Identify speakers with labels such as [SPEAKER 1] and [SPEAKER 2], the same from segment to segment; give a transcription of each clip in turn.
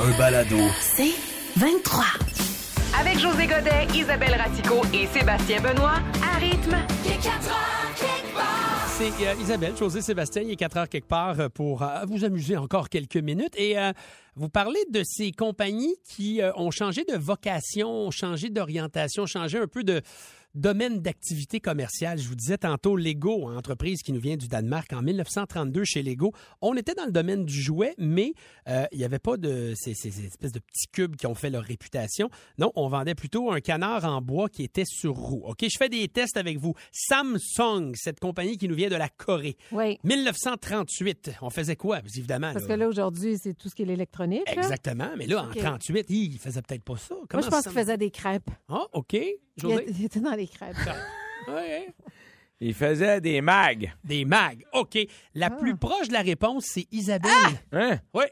[SPEAKER 1] Un balado.
[SPEAKER 2] C'est 23.
[SPEAKER 3] Avec José Godet, Isabelle Ratico et Sébastien Benoît, à rythme.
[SPEAKER 4] C'est euh, Isabelle, José, Sébastien, il est 4 heures quelque part euh, pour euh, vous amuser encore quelques minutes. Et euh, vous parlez de ces compagnies qui euh, ont changé de vocation, ont changé d'orientation, changé un peu de domaine d'activité commerciale. Je vous disais tantôt Lego, hein, entreprise qui nous vient du Danemark en 1932 chez Lego. On était dans le domaine du jouet, mais euh, il n'y avait pas de ces, ces- ces espèces de petits cubes qui ont fait leur réputation. Non, on vendait plutôt un canard en bois qui était sur roue. OK, je fais des tests avec vous. Samsung, cette compagnie qui nous vient de la Corée.
[SPEAKER 5] Oui.
[SPEAKER 4] 1938, on faisait quoi? Parce Évidemment.
[SPEAKER 5] Parce
[SPEAKER 4] là,
[SPEAKER 5] que là, aujourd'hui, c'est tout ce qui est l'électronique. là.
[SPEAKER 4] Exactement, mais là,
[SPEAKER 5] OK.
[SPEAKER 4] en 38, hi, il faisait peut-être pas ça.
[SPEAKER 5] Moi,
[SPEAKER 4] Comment
[SPEAKER 5] je pense
[SPEAKER 4] Ah, ça-
[SPEAKER 5] qu'il faisait des crêpes.
[SPEAKER 4] Ah, OK.
[SPEAKER 5] Il y a-
[SPEAKER 4] José?
[SPEAKER 5] il était dans les crêpes.
[SPEAKER 4] Ouais, hein.
[SPEAKER 6] Il faisait des mags.
[SPEAKER 4] Des mags. OK.
[SPEAKER 5] Ah.
[SPEAKER 4] La plus proche de la réponse, c'est Isabelle.
[SPEAKER 6] Hein?
[SPEAKER 4] Oui.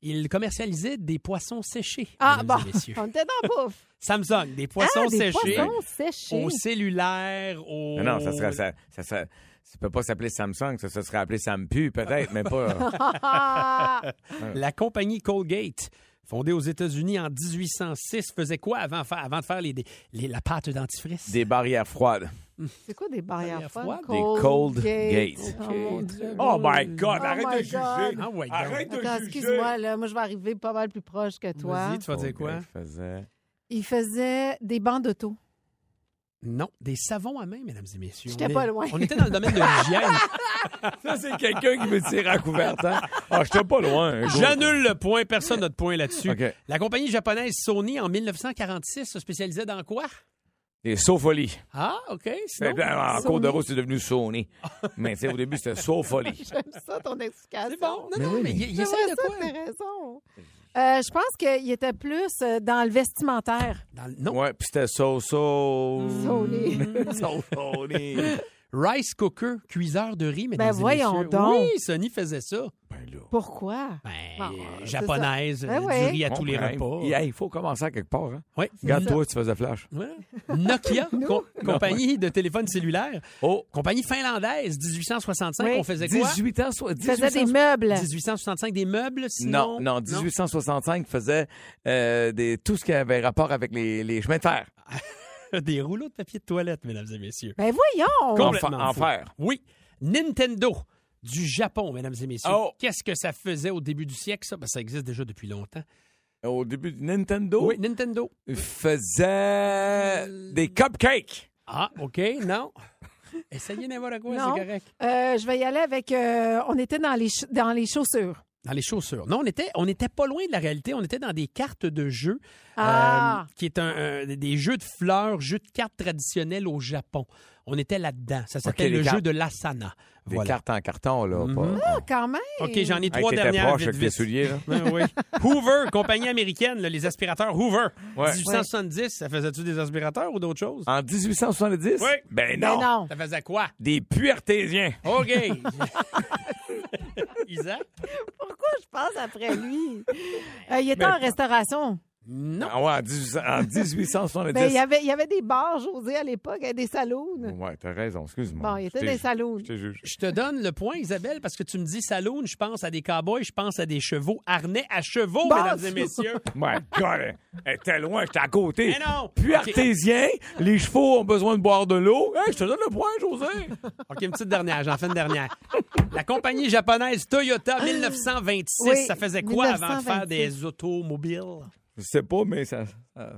[SPEAKER 4] Il commercialisait des poissons séchés.
[SPEAKER 5] Ah,
[SPEAKER 4] mesdames
[SPEAKER 5] bon.
[SPEAKER 4] et messieurs.
[SPEAKER 5] On était dans pouf.
[SPEAKER 4] Samsung, des
[SPEAKER 5] Ah,
[SPEAKER 4] poissons
[SPEAKER 5] des
[SPEAKER 4] séchés.
[SPEAKER 5] poissons séchés.
[SPEAKER 4] Au cellulaire, au.
[SPEAKER 6] Mais Ah non, ça
[SPEAKER 4] Eh.
[SPEAKER 6] serait. Ça, ça, ça, ça peut pas s'appeler Samsung, ça, ça serait appelé Sampu, peut-être, mais pas.
[SPEAKER 5] Ah,
[SPEAKER 4] La compagnie Colgate, fondée aux États-Unis en 1806, faisait quoi avant, fa- avant de faire les, les- la pâte dentifrice?
[SPEAKER 6] Des barrières froides.
[SPEAKER 5] c'est quoi des barrières
[SPEAKER 4] Barrières
[SPEAKER 5] froides?
[SPEAKER 4] froides?
[SPEAKER 6] Des cold gates.
[SPEAKER 5] Oh, mon Dieu.
[SPEAKER 6] Oh my God,
[SPEAKER 5] Oh
[SPEAKER 6] arrête
[SPEAKER 5] my
[SPEAKER 6] de juger.
[SPEAKER 5] God.
[SPEAKER 4] Ah, ouais, donc.
[SPEAKER 6] Arrête de
[SPEAKER 5] Attends,
[SPEAKER 6] juger.
[SPEAKER 5] excuse-moi, là, moi, je vais arriver pas mal plus proche que toi.
[SPEAKER 4] Vas-y, tu vas dire quoi?
[SPEAKER 6] Il faisait
[SPEAKER 5] Il faisait des bancs d'auto.
[SPEAKER 4] Non, des savons à main, mesdames et messieurs.
[SPEAKER 5] J'étais
[SPEAKER 4] On est-
[SPEAKER 5] pas loin.
[SPEAKER 4] On était dans le domaine de l'hygiène.
[SPEAKER 6] Ça, c'est quelqu'un qui veut tirer à couvertin. Ah, j'étais pas loin. gros.
[SPEAKER 4] J'annule le point. Personne n'a de point là-dessus.
[SPEAKER 6] OK.
[SPEAKER 4] La compagnie japonaise Sony, en 1946, se spécialisait dans quoi?
[SPEAKER 6] Des sauts-folies.
[SPEAKER 4] Ah, OK.
[SPEAKER 6] Eh
[SPEAKER 4] sinon?
[SPEAKER 6] En cours de route, c'est devenu Sony. mais tu sais, au début, c'était saut-folie.
[SPEAKER 5] J'aime ça, ton explication.
[SPEAKER 4] C'est bon. Non,
[SPEAKER 6] Mais
[SPEAKER 4] non,
[SPEAKER 6] oui,
[SPEAKER 4] mais il, il
[SPEAKER 5] C'est
[SPEAKER 4] essaie
[SPEAKER 5] vrai,
[SPEAKER 4] de
[SPEAKER 5] ça,
[SPEAKER 4] quoi?
[SPEAKER 5] t'as raison. Euh, je pense qu'il était plus euh, dans le vestimentaire.
[SPEAKER 4] Dans le- non.
[SPEAKER 6] Ouais, puis c'était so-so.
[SPEAKER 4] Mm.
[SPEAKER 5] Sauné.
[SPEAKER 6] Saufoli.
[SPEAKER 4] Rice cooker, cuiseur de riz, mais
[SPEAKER 5] Ben, voyons donc.
[SPEAKER 4] Oui, Sony faisait ça.
[SPEAKER 6] Ben là.
[SPEAKER 5] Pourquoi?
[SPEAKER 4] Ben,
[SPEAKER 5] Bon, c'est
[SPEAKER 4] japonaise,
[SPEAKER 5] ça. Ben
[SPEAKER 4] euh,
[SPEAKER 5] ouais.
[SPEAKER 4] du riz à tous les
[SPEAKER 6] Comprends.
[SPEAKER 4] repas.
[SPEAKER 6] Il hey, faut commencer à quelque part. Hein?
[SPEAKER 4] Ouais.
[SPEAKER 6] Regarde-toi, tu faisais flash.
[SPEAKER 4] Ouais. Nokia, com- compagnie de téléphone cellulaire.
[SPEAKER 6] Oh,
[SPEAKER 4] Compagnie finlandaise, 1865,
[SPEAKER 5] Oui.
[SPEAKER 4] on faisait quoi?
[SPEAKER 6] 18 ans, soit
[SPEAKER 5] Il faisait des meubles.
[SPEAKER 4] 1865, des meubles, sinon?
[SPEAKER 6] Non, non, 1865 faisait euh, des, tout ce qui avait rapport avec les, les chemins de fer.
[SPEAKER 4] Des rouleaux de papier de toilette, mesdames et messieurs.
[SPEAKER 5] Ben voyons!
[SPEAKER 4] Complètement
[SPEAKER 6] en
[SPEAKER 4] fou.
[SPEAKER 6] fer.
[SPEAKER 4] Oui, Nintendo du Japon, mesdames et messieurs.
[SPEAKER 6] Oh.
[SPEAKER 4] Qu'est-ce que ça faisait au début du siècle, ça? Ben, ça existe déjà depuis longtemps.
[SPEAKER 6] Au début, Nintendo
[SPEAKER 4] Oui, Nintendo.
[SPEAKER 6] faisait des cupcakes.
[SPEAKER 4] Ah, OK, non. Essayez n'importe quoi,
[SPEAKER 5] Non.
[SPEAKER 4] c'est correct.
[SPEAKER 5] Euh, je vais y aller avec... euh, on était dans les, ch- dans les chaussures.
[SPEAKER 4] Dans les chaussures. Non, on était, on était pas loin de la réalité. On était dans des cartes de jeux, euh,
[SPEAKER 5] Ah!
[SPEAKER 4] qui est un, un- des jeux de fleurs, jeux de cartes traditionnels au Japon. On était là-dedans. Ça s'appelle
[SPEAKER 6] les
[SPEAKER 4] le jeu
[SPEAKER 6] cartes.
[SPEAKER 4] de l'asana.
[SPEAKER 6] Des
[SPEAKER 4] Voilà.
[SPEAKER 6] cartes en carton, là.
[SPEAKER 4] Mhm.
[SPEAKER 6] pas-
[SPEAKER 5] Quand même!
[SPEAKER 4] OK, j'en ai
[SPEAKER 6] Hey,
[SPEAKER 4] trois
[SPEAKER 6] t'étais
[SPEAKER 4] dernières.
[SPEAKER 6] proche
[SPEAKER 4] vite,
[SPEAKER 6] avec les
[SPEAKER 4] vite.
[SPEAKER 6] souliers, là.
[SPEAKER 4] Ah oui. Hoover, compagnie américaine, là, les aspirateurs Hoover.
[SPEAKER 6] Ouais.
[SPEAKER 4] 1870, ça faisait-tu des aspirateurs ou d'autres choses?
[SPEAKER 6] En 1870?
[SPEAKER 4] Oui.
[SPEAKER 6] Ben
[SPEAKER 5] Mais
[SPEAKER 6] non.
[SPEAKER 5] non!
[SPEAKER 4] Ça faisait quoi?
[SPEAKER 6] Des puits artésiens.
[SPEAKER 4] OK. Isaac?
[SPEAKER 5] Pourquoi je passe après lui? Euh, il était en restauration.
[SPEAKER 4] Non.
[SPEAKER 6] Ah ouais, en, 1800 en 1870.
[SPEAKER 5] Ben, il, y avait, il y avait des bars, José, à l'époque, et des saloons.
[SPEAKER 6] Ouais, t'as raison, excuse-moi.
[SPEAKER 5] Bon, il
[SPEAKER 6] Je
[SPEAKER 5] était
[SPEAKER 6] t'ai-
[SPEAKER 5] des saloons.
[SPEAKER 6] Je te juge.
[SPEAKER 4] Oh, Je te donne le point, Isabelle, parce que tu me dis saloon, je pense à des cowboys, je pense à des chevaux, harnais à chevaux,
[SPEAKER 5] Bon,
[SPEAKER 4] mesdames
[SPEAKER 5] ça-
[SPEAKER 4] et messieurs.
[SPEAKER 6] My God, elle était loin, j'étais à côté.
[SPEAKER 4] Mais non!
[SPEAKER 6] Puis
[SPEAKER 4] Ok.
[SPEAKER 6] artésien, les chevaux ont besoin de boire de l'eau. Hey, je te donne le point, José.
[SPEAKER 4] OK, une petite dernière, j'en fais une dernière. La compagnie japonaise Toyota 1926,
[SPEAKER 5] Oui,
[SPEAKER 4] ça faisait quoi avant de
[SPEAKER 5] 1926?
[SPEAKER 4] faire des automobiles?
[SPEAKER 6] je sais pas, mais ça, ça,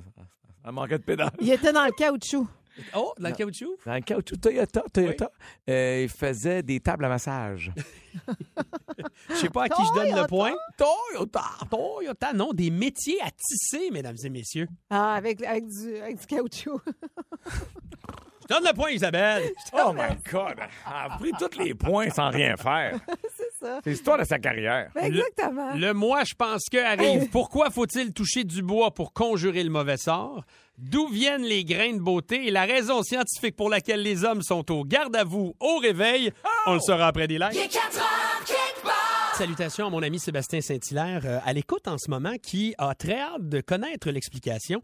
[SPEAKER 6] ça manquait de pédale.
[SPEAKER 5] Il était dans le caoutchouc.
[SPEAKER 4] Oh, dans le caoutchouc?
[SPEAKER 6] Dans le caoutchouc Toyota, Toyota, euh, il faisait des tables à massage.
[SPEAKER 4] Je sais pas à qui je donne le
[SPEAKER 5] Toyota.
[SPEAKER 4] point.
[SPEAKER 6] Toyota!
[SPEAKER 4] Toyota, non, des métiers à tisser, mesdames et messieurs.
[SPEAKER 5] Ah, avec, avec, du, avec du caoutchouc.
[SPEAKER 4] Je donne le point, Isabelle.
[SPEAKER 6] Oh my God! Elle a pris tous les points sans rien faire.
[SPEAKER 5] ça.
[SPEAKER 6] C'est l'histoire de sa carrière.
[SPEAKER 5] Ben, exactement.
[SPEAKER 4] Le moi, je pense que arrive. Pourquoi faut-il toucher du bois pour conjurer le mauvais sort? D'où viennent les grains de beauté et la raison scientifique pour laquelle les hommes sont au garde à vous au réveil?
[SPEAKER 5] Oh!
[SPEAKER 4] On le saura après des lives. Salutations à mon ami Sébastien Saint-Hilaire euh, à l'écoute en ce moment qui a très hâte de connaître l'explication.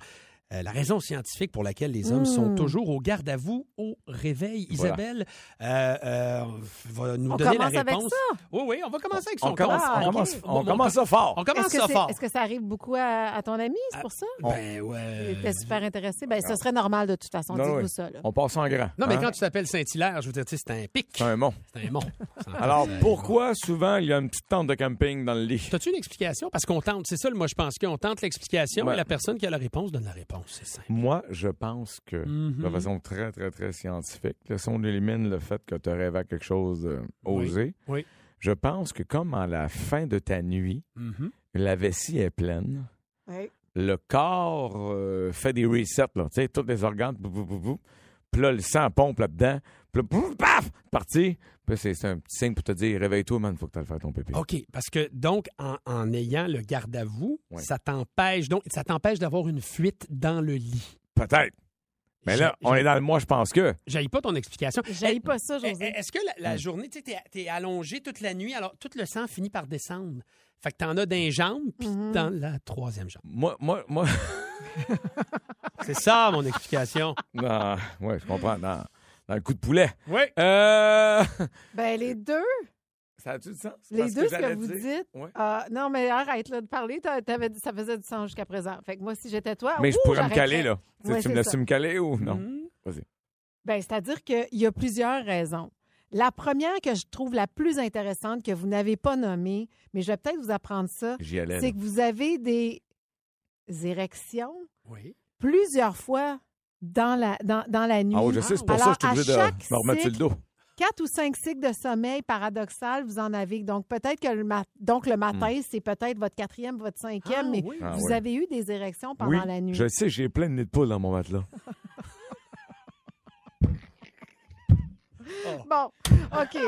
[SPEAKER 4] euh, la raison scientifique pour laquelle les hommes sont
[SPEAKER 5] Hmm.
[SPEAKER 4] toujours au garde à vous au réveil.
[SPEAKER 6] Voilà.
[SPEAKER 4] Isabelle euh, euh, va nous
[SPEAKER 5] On
[SPEAKER 4] donner
[SPEAKER 5] commence
[SPEAKER 4] la
[SPEAKER 5] avec
[SPEAKER 4] réponse.
[SPEAKER 5] ça.
[SPEAKER 4] Oui, oui, on va commencer avec ça.
[SPEAKER 6] On commence,
[SPEAKER 5] Ah,
[SPEAKER 6] on
[SPEAKER 5] ok.
[SPEAKER 6] commence, on
[SPEAKER 4] Mon- mon-
[SPEAKER 6] commence ça fort.
[SPEAKER 4] On commence
[SPEAKER 5] Est-ce que
[SPEAKER 4] ça
[SPEAKER 5] c'est-
[SPEAKER 4] fort.
[SPEAKER 5] Est-ce que ça arrive beaucoup à, à ton ami? C'est pour ça?
[SPEAKER 4] Ben ah. ouais.
[SPEAKER 5] Il était super intéressé. Ben, ce serait normal de toute façon.
[SPEAKER 6] Non,
[SPEAKER 5] Dites-vous
[SPEAKER 6] oui.
[SPEAKER 5] ça. là.
[SPEAKER 6] On passe en grand.
[SPEAKER 4] Non, mais
[SPEAKER 6] hein?
[SPEAKER 4] quand tu t'appelles Saint-Hilaire, je veux dire, tu sais, c'est un pic.
[SPEAKER 6] C'est un mot.
[SPEAKER 4] C'est un mont. C'est un-
[SPEAKER 6] Alors, pourquoi souvent il y a une petite tente de camping dans le lit?
[SPEAKER 4] T'as-tu une explication? Parce qu'on tente, c'est ça, moi, je pense qu'on tente l'explication
[SPEAKER 6] Ouais.
[SPEAKER 4] et la personne qui a la réponse donne la réponse. C'est simple.
[SPEAKER 6] Moi, je pense que, de
[SPEAKER 4] Mhm.
[SPEAKER 6] façon très, très, très scientifique, là, si on élimine le fait que tu rêves à quelque chose euh,
[SPEAKER 4] Oui.
[SPEAKER 6] osé,
[SPEAKER 4] Oui.
[SPEAKER 6] je pense que comme à la fin de ta nuit,
[SPEAKER 4] Mhm.
[SPEAKER 6] la vessie est pleine,
[SPEAKER 5] Oui.
[SPEAKER 6] le corps euh, fait des resets, là, tu sais, tous les organes, bou, bou, bou, bou. puis là, le sang pompe là-dedans, puis là, bou, paf, c'est parti. Puis là, c'est c'est un petit signe pour te dire, réveille-toi, man, faut que tu le faire ton pépé.
[SPEAKER 4] OK. Parce que, donc, en, en ayant le garde à vous,
[SPEAKER 6] Ouais.
[SPEAKER 4] ça t'empêche donc ça t'empêche d'avoir une fuite dans le lit.
[SPEAKER 6] Peut-être. Mais là,
[SPEAKER 4] J'ai-
[SPEAKER 6] on est dans le moi, je pense que.
[SPEAKER 4] J'aille pas ton explication.
[SPEAKER 5] J'aille pas ça,
[SPEAKER 4] Eh,
[SPEAKER 5] José.
[SPEAKER 4] eh, Est-ce que la, la journée, tu sais, t'es- t'es allongé toute la nuit, alors tout le sang finit par descendre. Fait que t'en as d'un jambe, puis
[SPEAKER 5] Mhm.
[SPEAKER 4] dans la troisième jambe.
[SPEAKER 6] Moi, moi, moi.
[SPEAKER 4] C'est ça, mon explication.
[SPEAKER 6] Non, ouais, je comprends. Dans, dans le coup de poulet.
[SPEAKER 4] Oui.
[SPEAKER 6] Euh.
[SPEAKER 5] Ben, les deux,
[SPEAKER 6] Ça a-tu du sens?
[SPEAKER 5] les deux, ce que vous dites.
[SPEAKER 6] Ouais.
[SPEAKER 5] Ah, non, mais arrête là, de parler. T'a- t'avais dit- ça faisait du sens jusqu'à présent. Fait que moi, si j'étais toi.
[SPEAKER 6] Mais je
[SPEAKER 5] ah, ouh,
[SPEAKER 6] pourrais me
[SPEAKER 5] j'arrêterais.
[SPEAKER 6] caler, là. Tu sais,
[SPEAKER 5] Ouais,
[SPEAKER 6] tu me
[SPEAKER 5] c'est
[SPEAKER 6] laisses
[SPEAKER 5] ça. Mm-hmm.
[SPEAKER 6] me caler ou non?
[SPEAKER 4] Mm-hmm.
[SPEAKER 5] Ben, c'est-à-dire qu'il y a plusieurs raisons. La première que je trouve la plus intéressante, que vous n'avez pas nommée, mais je vais peut-être vous apprendre ça,
[SPEAKER 6] J'y allais.
[SPEAKER 5] c'est que vous avez des érections
[SPEAKER 4] Oui.
[SPEAKER 5] plusieurs fois dans la, dans, dans la nuit.
[SPEAKER 6] Ah oui, je sais, c'est pour
[SPEAKER 5] Alors,
[SPEAKER 6] ça que je suis obligé
[SPEAKER 5] à chaque
[SPEAKER 6] de me remettre sur le dos.
[SPEAKER 5] Quatre ou cinq cycles de sommeil paradoxal, vous en avez. Donc, peut-être que le, ma- donc, le matin, c'est peut-être votre quatrième, votre cinquième, mais
[SPEAKER 4] oui.
[SPEAKER 6] Hmm. Ah
[SPEAKER 5] vous
[SPEAKER 6] oui.
[SPEAKER 5] avez eu des érections pendant
[SPEAKER 6] Oui,
[SPEAKER 5] la nuit.
[SPEAKER 6] je sais, j'ai plein de nez de poule dans mon matelas.
[SPEAKER 5] Bon, OK.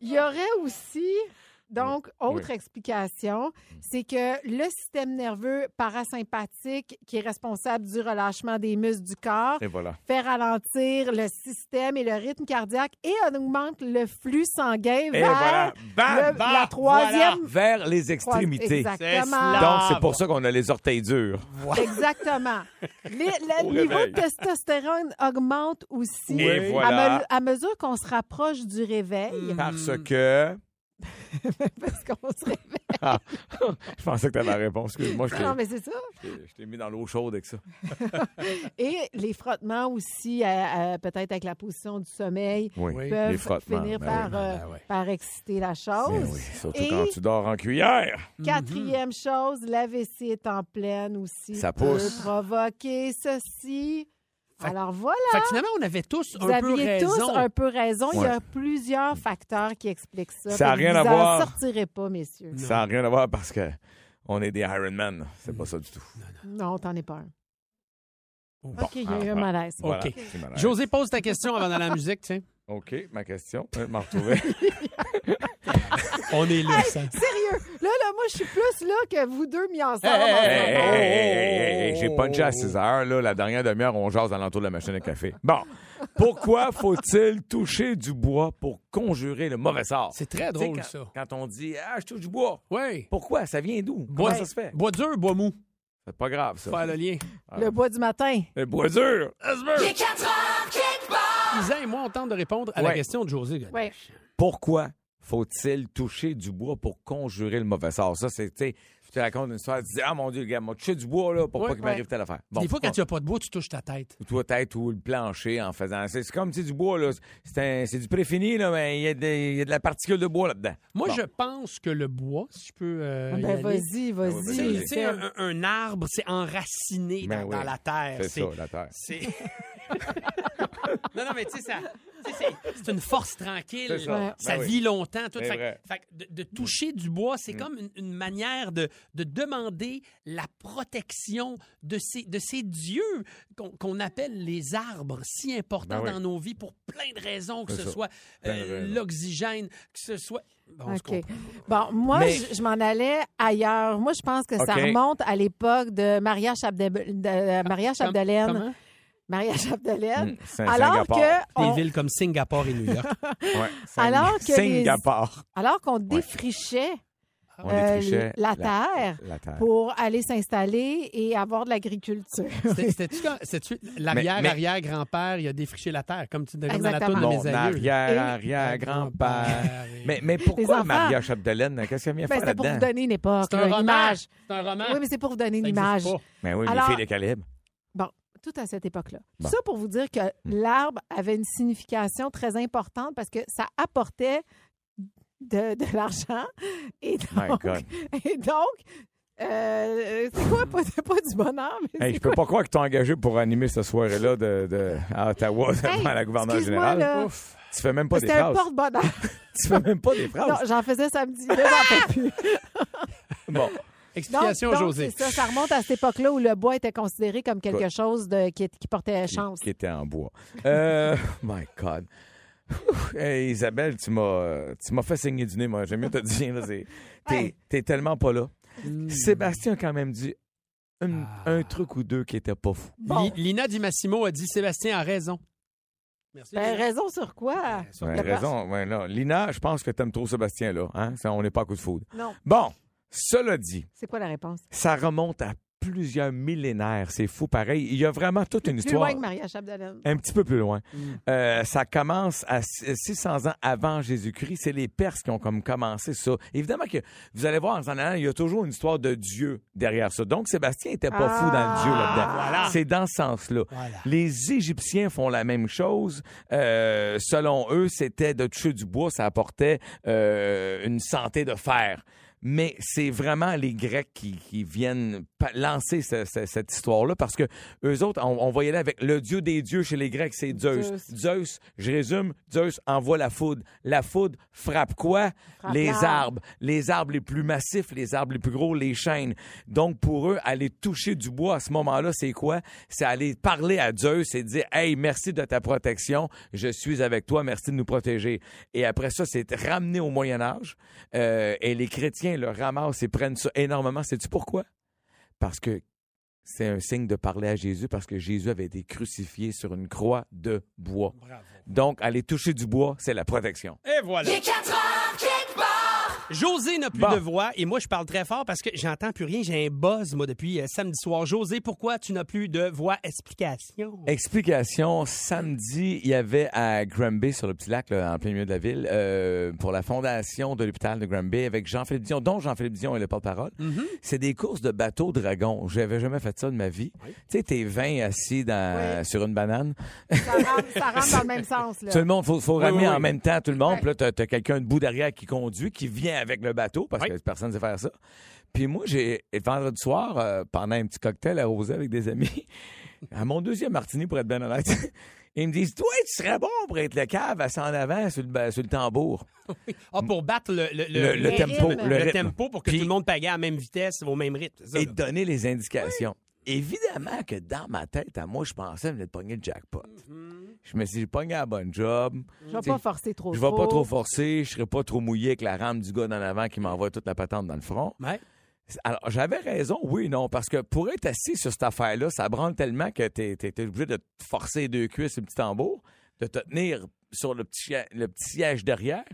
[SPEAKER 5] Il y aurait aussi, donc, autre explication, c'est que le système nerveux parasympathique qui est responsable du relâchement des muscles du corps
[SPEAKER 6] Et voilà.
[SPEAKER 5] fait ralentir le système et le rythme cardiaque et on augmente le flux sanguin
[SPEAKER 6] Et
[SPEAKER 5] vers
[SPEAKER 6] voilà. Bam,
[SPEAKER 5] le-
[SPEAKER 6] bam,
[SPEAKER 5] la troisième...
[SPEAKER 6] Vers les extrémités.
[SPEAKER 5] Exactement.
[SPEAKER 6] Donc, c'est pour ça qu'on a les orteils durs.
[SPEAKER 5] Exactement. Les-
[SPEAKER 6] Au
[SPEAKER 5] le niveau
[SPEAKER 6] réveil.
[SPEAKER 5] de testostérone augmente aussi
[SPEAKER 6] Et
[SPEAKER 5] à me-
[SPEAKER 6] voilà.
[SPEAKER 5] à, mesure qu'on se rapproche du réveil.
[SPEAKER 6] Parce que. Hmm.
[SPEAKER 5] Parce qu'on se réveille.
[SPEAKER 6] Ah, je pensais que tu avais la réponse. Excuse-moi, je t'ai-
[SPEAKER 5] Non, mais c'est ça.
[SPEAKER 6] je t'ai- je t'ai mis dans l'eau chaude avec ça.
[SPEAKER 5] Et les frottements aussi, euh, euh, peut-être avec la position du sommeil,
[SPEAKER 6] Oui,
[SPEAKER 4] Oui.
[SPEAKER 5] peuvent
[SPEAKER 6] les frottements.
[SPEAKER 5] finir
[SPEAKER 6] ben
[SPEAKER 5] par,
[SPEAKER 6] oui.
[SPEAKER 5] euh,
[SPEAKER 4] ben oui.
[SPEAKER 5] par exciter la
[SPEAKER 6] Ben
[SPEAKER 5] chose.
[SPEAKER 6] oui, surtout
[SPEAKER 5] Et-
[SPEAKER 6] quand tu dors en cuillère.
[SPEAKER 4] Mhm.
[SPEAKER 5] Quatrième chose, la vessie est en pleine aussi.
[SPEAKER 6] Ça
[SPEAKER 5] peut
[SPEAKER 6] pousse.
[SPEAKER 5] provoquer ceci.
[SPEAKER 4] Fait-
[SPEAKER 5] Alors voilà,
[SPEAKER 4] Fait que finalement, on avait tous
[SPEAKER 5] vous
[SPEAKER 4] un peu
[SPEAKER 5] aviez
[SPEAKER 4] raison.
[SPEAKER 5] tous un peu raison. Il y
[SPEAKER 6] Ouais.
[SPEAKER 5] a plusieurs facteurs qui expliquent ça.
[SPEAKER 6] Ça a
[SPEAKER 5] Fait que
[SPEAKER 6] rien
[SPEAKER 5] vous
[SPEAKER 6] à
[SPEAKER 5] en
[SPEAKER 6] voir.
[SPEAKER 5] sortirez pas, messieurs.
[SPEAKER 6] Ça n'a rien à voir parce que on est des Iron Man. C'est pas ça du tout.
[SPEAKER 5] Non, t'en es pas un.
[SPEAKER 4] Bon.
[SPEAKER 5] OK, il y a eu un
[SPEAKER 6] alors,
[SPEAKER 5] malaise.
[SPEAKER 4] OK.
[SPEAKER 6] c'est malade.
[SPEAKER 4] Oh. José pose ta question avant d'aller à la musique, tiens.
[SPEAKER 6] OK, ma question. Euh, m'en retrouver.
[SPEAKER 4] On est là, ça.
[SPEAKER 5] Sérieux, là, là, moi, je suis plus là que vous deux mis ensemble.
[SPEAKER 6] Hey,
[SPEAKER 5] en ce
[SPEAKER 6] hey,
[SPEAKER 5] moment.
[SPEAKER 6] hey, hey, hey, hey, J'ai punché à 6 heures. Là, la dernière demi-heure, on jase à l'entour de la machine à café. Bon. Pourquoi faut-il toucher du bois pour conjurer le mauvais sort?
[SPEAKER 4] C'est très
[SPEAKER 6] Tu sais,
[SPEAKER 4] drôle,
[SPEAKER 6] quand-
[SPEAKER 4] ça.
[SPEAKER 6] Quand on dit Ah, je touche du bois.
[SPEAKER 4] Oui.
[SPEAKER 6] Pourquoi? Ça vient d'où? Comment
[SPEAKER 4] Bois,
[SPEAKER 6] ça se fait?
[SPEAKER 4] bois dur, bois mou.
[SPEAKER 6] C'est pas grave, ça.
[SPEAKER 4] Faire le lien.
[SPEAKER 5] Le bois du matin.
[SPEAKER 6] Le bois dur.
[SPEAKER 4] Isa et moi, on tente de répondre à la
[SPEAKER 6] Ouais.
[SPEAKER 4] question de José. Godet.
[SPEAKER 5] Ouais.
[SPEAKER 6] pourquoi faut-il toucher du bois pour conjurer le mauvais sort? Ça, c'est, tu sais, je te raconte une histoire, tu dis, ah mon Dieu, gars, moi, touché du bois, là, pour
[SPEAKER 4] Ouais,
[SPEAKER 6] pas qu'il
[SPEAKER 5] ouais.
[SPEAKER 6] m'arrive telle affaire. Bon,
[SPEAKER 4] Des fois,
[SPEAKER 6] pourquoi?
[SPEAKER 4] quand tu n'as pas de bois, tu touches ta tête.
[SPEAKER 6] Ou toi, tête ou le plancher en faisant. C'est, c'est comme, tu sais, du bois, là. C'est, un- c'est du préfini, là, mais il y, a des- il y a de la particule de bois là-dedans.
[SPEAKER 4] Moi,
[SPEAKER 6] Bon.
[SPEAKER 4] je pense que le bois, si je peux. euh, y
[SPEAKER 5] Ben,
[SPEAKER 4] aller,
[SPEAKER 5] vas-y,
[SPEAKER 6] oui,
[SPEAKER 4] c'est-
[SPEAKER 6] ben,
[SPEAKER 5] vas-y.
[SPEAKER 6] oui.
[SPEAKER 4] c'est un, un arbre, c'est enraciné
[SPEAKER 6] Ben
[SPEAKER 4] dans,
[SPEAKER 6] oui.
[SPEAKER 4] dans la terre.
[SPEAKER 6] C'est ça, la terre.
[SPEAKER 4] c'est- non, non, mais tu sais, ça, Tu sais, c'est- c'est une force tranquille.
[SPEAKER 6] C'est ça. Ouais.
[SPEAKER 4] Ça
[SPEAKER 6] Ben oui.
[SPEAKER 4] vit longtemps. Tout.
[SPEAKER 6] C'est
[SPEAKER 4] Fait que-
[SPEAKER 6] vrai.
[SPEAKER 4] fait que de, de toucher du bois, c'est
[SPEAKER 6] Mm.
[SPEAKER 4] comme une, une manière de, de demander la protection de ces, de ces dieux qu'on qu'on appelle les arbres, si importants
[SPEAKER 6] Ben oui.
[SPEAKER 4] dans nos vies pour plein de raisons, que
[SPEAKER 6] C'est
[SPEAKER 4] ce
[SPEAKER 6] ça.
[SPEAKER 4] soit
[SPEAKER 6] Plein de
[SPEAKER 4] euh,
[SPEAKER 6] raisons.
[SPEAKER 4] l'oxygène, que ce soit. Bon, on se
[SPEAKER 5] OK.
[SPEAKER 4] comprend.
[SPEAKER 5] Bon, moi,
[SPEAKER 6] Mais-
[SPEAKER 5] je, je m'en allais ailleurs. Moi, je pense que ça
[SPEAKER 6] OK. Ah,
[SPEAKER 5] remonte à l'époque de Maria, Chapdeb- de, euh, Maria Chapdelaine.
[SPEAKER 4] Comment?
[SPEAKER 5] Maria Chapdelaine.
[SPEAKER 6] Hmm, Sing-
[SPEAKER 5] Alors
[SPEAKER 6] Singapour.
[SPEAKER 5] que
[SPEAKER 4] Des
[SPEAKER 5] on-
[SPEAKER 4] villes comme Singapour et New York.
[SPEAKER 6] Ouais, Sing-
[SPEAKER 5] Alors que les-
[SPEAKER 6] Singapour.
[SPEAKER 5] alors qu'on défrichait
[SPEAKER 6] On
[SPEAKER 5] euh,
[SPEAKER 6] défrichait
[SPEAKER 5] la terre
[SPEAKER 6] La terre.
[SPEAKER 5] pour aller s'installer et avoir de l'agriculture. Ben,
[SPEAKER 4] C'était- C'était-tu quand- c'était-tu l'arrière,
[SPEAKER 6] Mais- mais-
[SPEAKER 4] arrière, grand-père, il a défriché la terre, comme tu comme dans la tour
[SPEAKER 5] Exactement.
[SPEAKER 4] de
[SPEAKER 6] Mon
[SPEAKER 4] mes aïeux.
[SPEAKER 5] Et-
[SPEAKER 6] arrière, arrière, grand-père. Mais, mais pourquoi
[SPEAKER 5] enfants.
[SPEAKER 6] Maria Chapdelaine? Qu'est-ce qu'elle vient
[SPEAKER 5] Ben,
[SPEAKER 6] faire
[SPEAKER 5] c'est pour vous
[SPEAKER 6] là-dedans?
[SPEAKER 5] donner une époque,
[SPEAKER 4] C'est un
[SPEAKER 5] là, une
[SPEAKER 4] roman.
[SPEAKER 5] image.
[SPEAKER 4] C'est un roman.
[SPEAKER 5] Oui, mais c'est pour vous donner une
[SPEAKER 4] Ça existe
[SPEAKER 5] image.
[SPEAKER 4] pas.
[SPEAKER 6] Ben oui,
[SPEAKER 5] Alors-
[SPEAKER 6] les filles des calibres.
[SPEAKER 5] Tout à cette époque-là.
[SPEAKER 6] Bon. Hmm.
[SPEAKER 5] Ça pour vous dire que l'arbre avait une signification très importante parce que ça apportait de, de l'argent. Et
[SPEAKER 6] My
[SPEAKER 5] donc,
[SPEAKER 6] God.
[SPEAKER 5] et donc euh, c'est quoi? Pas, c'est pas du bonheur, mais
[SPEAKER 6] Hey, je peux pas croire que t'as engagé pour animer cette soirée-là de, de- à Ottawa
[SPEAKER 5] Hey,
[SPEAKER 6] devant la gouverneure
[SPEAKER 5] excuse-moi,
[SPEAKER 6] générale.
[SPEAKER 5] là.
[SPEAKER 6] Ouf. Tu fais même pas des
[SPEAKER 5] c'était un
[SPEAKER 6] phrases.
[SPEAKER 5] porte-bonheur.
[SPEAKER 6] Tu fais même pas des
[SPEAKER 5] Non,
[SPEAKER 6] phrases.
[SPEAKER 5] j'en faisais samedi. Là, j'en fais plus.
[SPEAKER 6] Bon,
[SPEAKER 5] Donc,
[SPEAKER 4] Explication,
[SPEAKER 5] donc,
[SPEAKER 4] José.
[SPEAKER 5] c'est ça, ça remonte à cette époque-là où le bois était considéré comme quelque chose de, qui, qui portait
[SPEAKER 6] qui,
[SPEAKER 5] chance.
[SPEAKER 6] qui était en bois. Euh, my God. Ouh, hey, Isabelle, tu m'as, euh, tu m'as fait saigner du nez, moi. J'aime mieux te dire. là, c'est- T'es,
[SPEAKER 5] Hey.
[SPEAKER 6] t'es tellement pas là.
[SPEAKER 4] Mm.
[SPEAKER 6] Sébastien a quand même dit un,
[SPEAKER 5] Ah.
[SPEAKER 6] un truc ou deux qui était pas fou.
[SPEAKER 5] Bon,
[SPEAKER 4] Li- Lina Di Massimo a dit Sébastien a raison. Merci.
[SPEAKER 5] ben, raison sur quoi?
[SPEAKER 4] Euh, sur-
[SPEAKER 6] Ben,
[SPEAKER 5] La place.
[SPEAKER 6] raison. ben, là, Lina, je pense que t'aimes trop Sébastien, là. Hein? Ça, on n'est pas à coup de foudre.
[SPEAKER 5] Non,
[SPEAKER 6] Bon, cela dit,
[SPEAKER 5] c'est quoi la réponse?
[SPEAKER 6] ça remonte à plusieurs millénaires. C'est fou, pareil. Il y a vraiment toute une
[SPEAKER 5] Plus
[SPEAKER 6] histoire.
[SPEAKER 5] loin que Mm. Maria Chapdelaine.
[SPEAKER 6] Un petit peu plus loin. Euh, ça commence à si- 600 ans avant Jésus-Christ. C'est les Perses qui ont comme commencé ça. Évidemment que vous allez voir, en s'en allant, il y a toujours une histoire de Dieu derrière ça. Donc, Sébastien était pas fou dans le Dieu là-dedans. C'est dans ce sens-là.
[SPEAKER 4] Voilà.
[SPEAKER 6] Les Égyptiens font la même chose. Euh, selon eux, c'était de toucher du bois, ça apportait euh, une santé de fer. Mais c'est vraiment les Grecs qui, qui viennent pa- lancer ce- ce- cette histoire-là parce que eux autres, on, on va y aller avec le dieu des dieux chez les Grecs, c'est Zeus.
[SPEAKER 5] Zeus.
[SPEAKER 6] Zeus, je résume, Zeus envoie la foudre. La foudre frappe quoi?
[SPEAKER 5] Frappe
[SPEAKER 6] les
[SPEAKER 5] l'arbre.
[SPEAKER 6] arbres. Les arbres les plus massifs, les arbres les plus gros, les chênes. Donc, pour eux, aller toucher du bois à ce moment-là, c'est quoi? C'est aller parler à Zeus et dire, hey, merci de ta protection. Je suis avec toi. Merci de nous protéger. Et après ça, c'est ramené au Moyen-Âge. Euh, et les chrétiens le ramassent et prennent ça énormément. Sais-tu pourquoi? Parce que c'est un signe de parler à Jésus parce que Jésus avait été crucifié sur une croix de bois. Donc, aller toucher du bois, c'est la protection.
[SPEAKER 4] Et voilà. José n'a plus
[SPEAKER 6] Bon.
[SPEAKER 4] de voix et moi je parle très fort parce que j'entends plus rien. J'ai un buzz moi depuis euh, samedi soir. José, pourquoi tu n'as plus de voix Explication.
[SPEAKER 6] Explication, samedi, il y avait à Granby, sur le petit lac, là, en plein milieu de la ville, euh, pour la fondation de l'hôpital de Granby, avec Jean-Philippe Dion, dont Jean-Philippe Dion est le porte-parole. C'est des courses de bateaux dragons. J'avais jamais fait ça de ma vie. Tu sais, t'es 20 assis dans,
[SPEAKER 5] Oui.
[SPEAKER 6] sur une banane.
[SPEAKER 5] Ça rentre, ça rentre dans le même sens. Là.
[SPEAKER 6] Tout le monde, faut, faut
[SPEAKER 4] Oui,
[SPEAKER 6] ramener
[SPEAKER 4] oui, oui.
[SPEAKER 6] en même temps tout le monde.
[SPEAKER 5] Ouais.
[SPEAKER 6] Puis là, t'as, t'as quelqu'un de bout derrière qui conduit, qui vient avec le bateau parce
[SPEAKER 4] Oui.
[SPEAKER 6] que personne ne sait faire ça. Puis moi, j'ai et vendredi soir, euh, pendant un petit cocktail arrosé avec des amis, à mon deuxième martini, pour être bien honnête, ils me disent Toi, tu serais bon pour être le cave à 100 en avant sur le, ba- sur le tambour.
[SPEAKER 4] Ah, pour battre le, le,
[SPEAKER 6] Le, le
[SPEAKER 5] le
[SPEAKER 6] tempo.
[SPEAKER 5] rythme.
[SPEAKER 4] le
[SPEAKER 6] rythme.
[SPEAKER 4] tempo pour que
[SPEAKER 6] Puis-
[SPEAKER 4] tout le monde pagaie à la même vitesse, au même rythme. c'est ça,
[SPEAKER 6] et
[SPEAKER 4] là.
[SPEAKER 6] donner les indications. Évidemment que dans ma tête, à moi, je pensais venir de pogner le jackpot. Je me suis dit, j'ai pogné la bonne job.
[SPEAKER 5] Je ne vais
[SPEAKER 6] T'sais,
[SPEAKER 5] pas forcer trop.
[SPEAKER 6] Je vais pas trop forcer, je serai pas trop mouillé avec la rame du gars d'en avant qui m'envoie toute la patente dans le front.
[SPEAKER 4] Ouais.
[SPEAKER 6] Alors, j'avais raison, oui, non, parce que pour être assis sur cette affaire-là, ça branle tellement que t'es es, obligé de te forcer les deux cuisses et le petit tambour, de te tenir sur le petit, chien- le petit siège derrière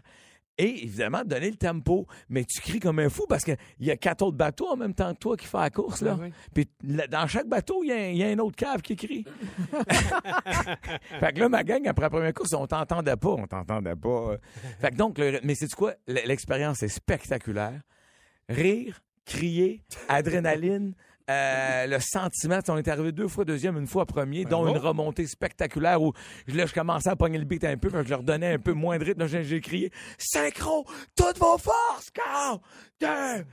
[SPEAKER 6] et évidemment de donner le tempo. Mais tu cries comme un fou parce qu'il y a quatre autres bateaux en même temps que toi qui font la course. Là.
[SPEAKER 4] Ah oui.
[SPEAKER 6] Puis là, dans chaque bateau, il y a un- il y, a un autre cave qui crie. fait que là, ma gang, après la première course, on t'entendait pas. On t'entendait pas. Fait que donc, le- mais c'est quoi? L- L'expérience est spectaculaire. Rire, crier, adrénaline. euh, le sentiment. Tu sais, On est arrivé deux fois deuxième, une fois premier,
[SPEAKER 4] Ben
[SPEAKER 6] dont une remontée spectaculaire où je, là, je commençais à pogner le beat un peu, quand je leur donnais un peu moins de rythme. Là, J'ai j'ai crié Synchro, toutes vos forces, quand deux, un,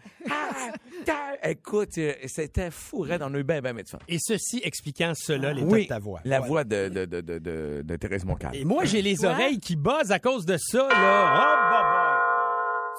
[SPEAKER 6] deux. Écoute, euh, c'était fou, raide. On a eu ben, ben, mais de fun.
[SPEAKER 4] Et ceci expliquant cela, l'état de ta voix.
[SPEAKER 6] Ah La
[SPEAKER 4] Ouais.
[SPEAKER 6] voix de, de, de, de, de, de Thérèse Moncal.
[SPEAKER 4] Et moi, j'ai les oreilles qui buzzent à cause de ça, là.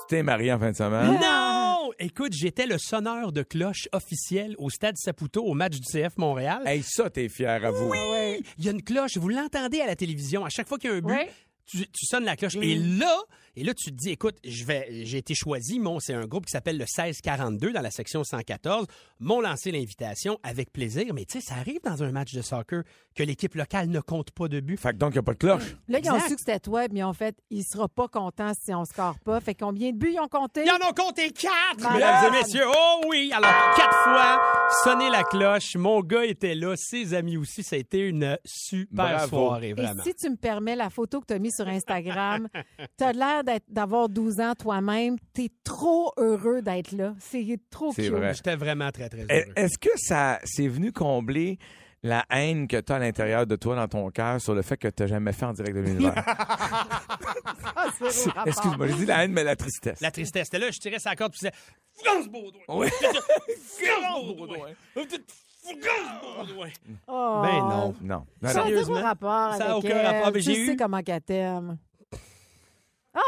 [SPEAKER 6] Tu t'es marié en fin de
[SPEAKER 4] Oh, bah,
[SPEAKER 6] semaine.
[SPEAKER 4] bah. Non! Écoute, j'étais le sonneur de cloche officiel au Stade Saputo au match du CF Montréal.
[SPEAKER 6] Hey, ça, t'es fier à vous.
[SPEAKER 4] Ah Il y a une cloche, vous l'entendez à la télévision, à chaque fois qu'il y a un but,
[SPEAKER 5] Ouais. Mm-hmm.
[SPEAKER 4] tu, tu sonnes la cloche. Et là, et là, tu te dis, écoute, je vais, j'ai été choisi, mon, c'est un groupe qui s'appelle le 1642 dans la section 114, m'ont lancé l'invitation avec plaisir, mais tu sais, ça arrive dans un match de soccer que l'équipe locale ne compte pas de but.
[SPEAKER 6] Fait que donc, il a pas de cloche.
[SPEAKER 5] Là, ils ont
[SPEAKER 4] Exact.
[SPEAKER 5] su que c'était toi, mais en fait, il sera pas content si on score pas. Fait combien de buts ils ont compté?
[SPEAKER 4] Ils en ont compté quatre,
[SPEAKER 5] Malade.
[SPEAKER 4] mesdames et messieurs. Oh oui! Alors, quatre fois, sonner la cloche. Mon gars était là, ses amis aussi. Ça a été une super
[SPEAKER 6] Bravo.
[SPEAKER 4] soirée,
[SPEAKER 5] Et
[SPEAKER 4] vraiment.
[SPEAKER 5] si tu me permets la photo que tu as mise sur Instagram, tu as l'air d'être- d'avoir 12 ans toi-même. Tu es trop heureux d'être là. C'est trop
[SPEAKER 6] C'est
[SPEAKER 5] cute.
[SPEAKER 6] vrai.
[SPEAKER 4] J'étais vraiment très,
[SPEAKER 5] Eh,
[SPEAKER 4] très
[SPEAKER 6] Est-
[SPEAKER 4] heureux.
[SPEAKER 6] Eh, Est-ce que ça c'est venu combler la haine que tu as à l'intérieur de toi dans ton cœur sur le fait que tu n'as jamais fait en direct de l'univers?
[SPEAKER 5] Ah, c'est
[SPEAKER 6] C'est-
[SPEAKER 5] vrai, rapport.
[SPEAKER 6] Excuse-moi, je dis la haine, mais la tristesse.
[SPEAKER 4] La tristesse. C'était là, je tirais sa corde, puis je disais Fougasse Baudouin!
[SPEAKER 6] Ouais.
[SPEAKER 4] Fougasse Baudouin! Fougasse Baudouin!
[SPEAKER 5] Oh.
[SPEAKER 4] Ben non.
[SPEAKER 6] Non. non, non.
[SPEAKER 5] Ça n'a aucun
[SPEAKER 4] Sérieusement?
[SPEAKER 5] rapport.
[SPEAKER 4] Ça a
[SPEAKER 5] avec
[SPEAKER 4] aucun
[SPEAKER 5] elle.
[SPEAKER 4] rapport, mais
[SPEAKER 5] Tu
[SPEAKER 4] j'ai
[SPEAKER 5] sais
[SPEAKER 4] eu-
[SPEAKER 5] comment qu'elle t'aime. Ah,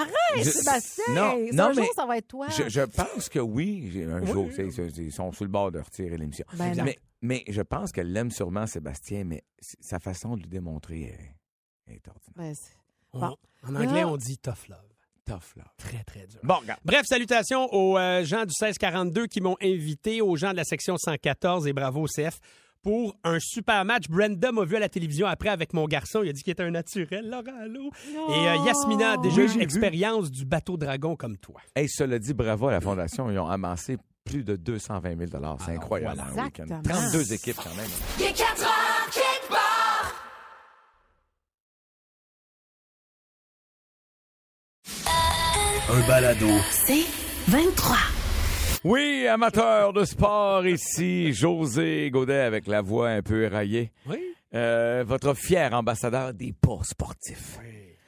[SPEAKER 5] arrête,
[SPEAKER 6] Je-
[SPEAKER 5] Sébastien!
[SPEAKER 6] Non,
[SPEAKER 5] Un
[SPEAKER 6] non,
[SPEAKER 5] jour,
[SPEAKER 6] mais-
[SPEAKER 5] ça va être toi.
[SPEAKER 6] Je, je pense que oui, j'ai- un jour, c'est- c'est- ils sont sous le bord de retirer l'émission.
[SPEAKER 5] Ben non.
[SPEAKER 6] mais, mais je pense qu'elle l'aime sûrement, Sébastien, mais c- sa façon de le démontrer est, est ordinaire.
[SPEAKER 5] Ben, c'est-
[SPEAKER 4] On-
[SPEAKER 5] Bon.
[SPEAKER 4] En anglais,
[SPEAKER 5] Là-
[SPEAKER 4] on dit tough love.
[SPEAKER 6] Tough, là.
[SPEAKER 4] Très, très dur.
[SPEAKER 6] Bon, regarde.
[SPEAKER 4] Bref, salutations aux euh, gens du 1642 qui m'ont invité, aux gens de la section 114 et bravo au CF pour un super match. Brenda m'a vu à la télévision après avec mon garçon. Il a dit qu'il était un naturel, Laurent Allo. Et euh, Yasmina a déjà
[SPEAKER 6] Oui,
[SPEAKER 4] eu
[SPEAKER 6] j'ai vu.
[SPEAKER 4] l'expérience du bateau dragon comme toi.
[SPEAKER 6] Hey, cela dit, bravo à la Fondation. Ils ont amassé plus de 220 000 C'est
[SPEAKER 4] Alors,
[SPEAKER 6] incroyable.
[SPEAKER 4] voilà.
[SPEAKER 6] en un week-end.
[SPEAKER 5] Exactement.
[SPEAKER 6] 32 équipes quand même. hein.
[SPEAKER 1] Un balado.
[SPEAKER 2] C'est 23.
[SPEAKER 6] Oui, amateur de sport ici, José Godet avec la voix un peu éraillée.
[SPEAKER 4] Oui.
[SPEAKER 6] Euh, votre fier ambassadeur des pas sportifs.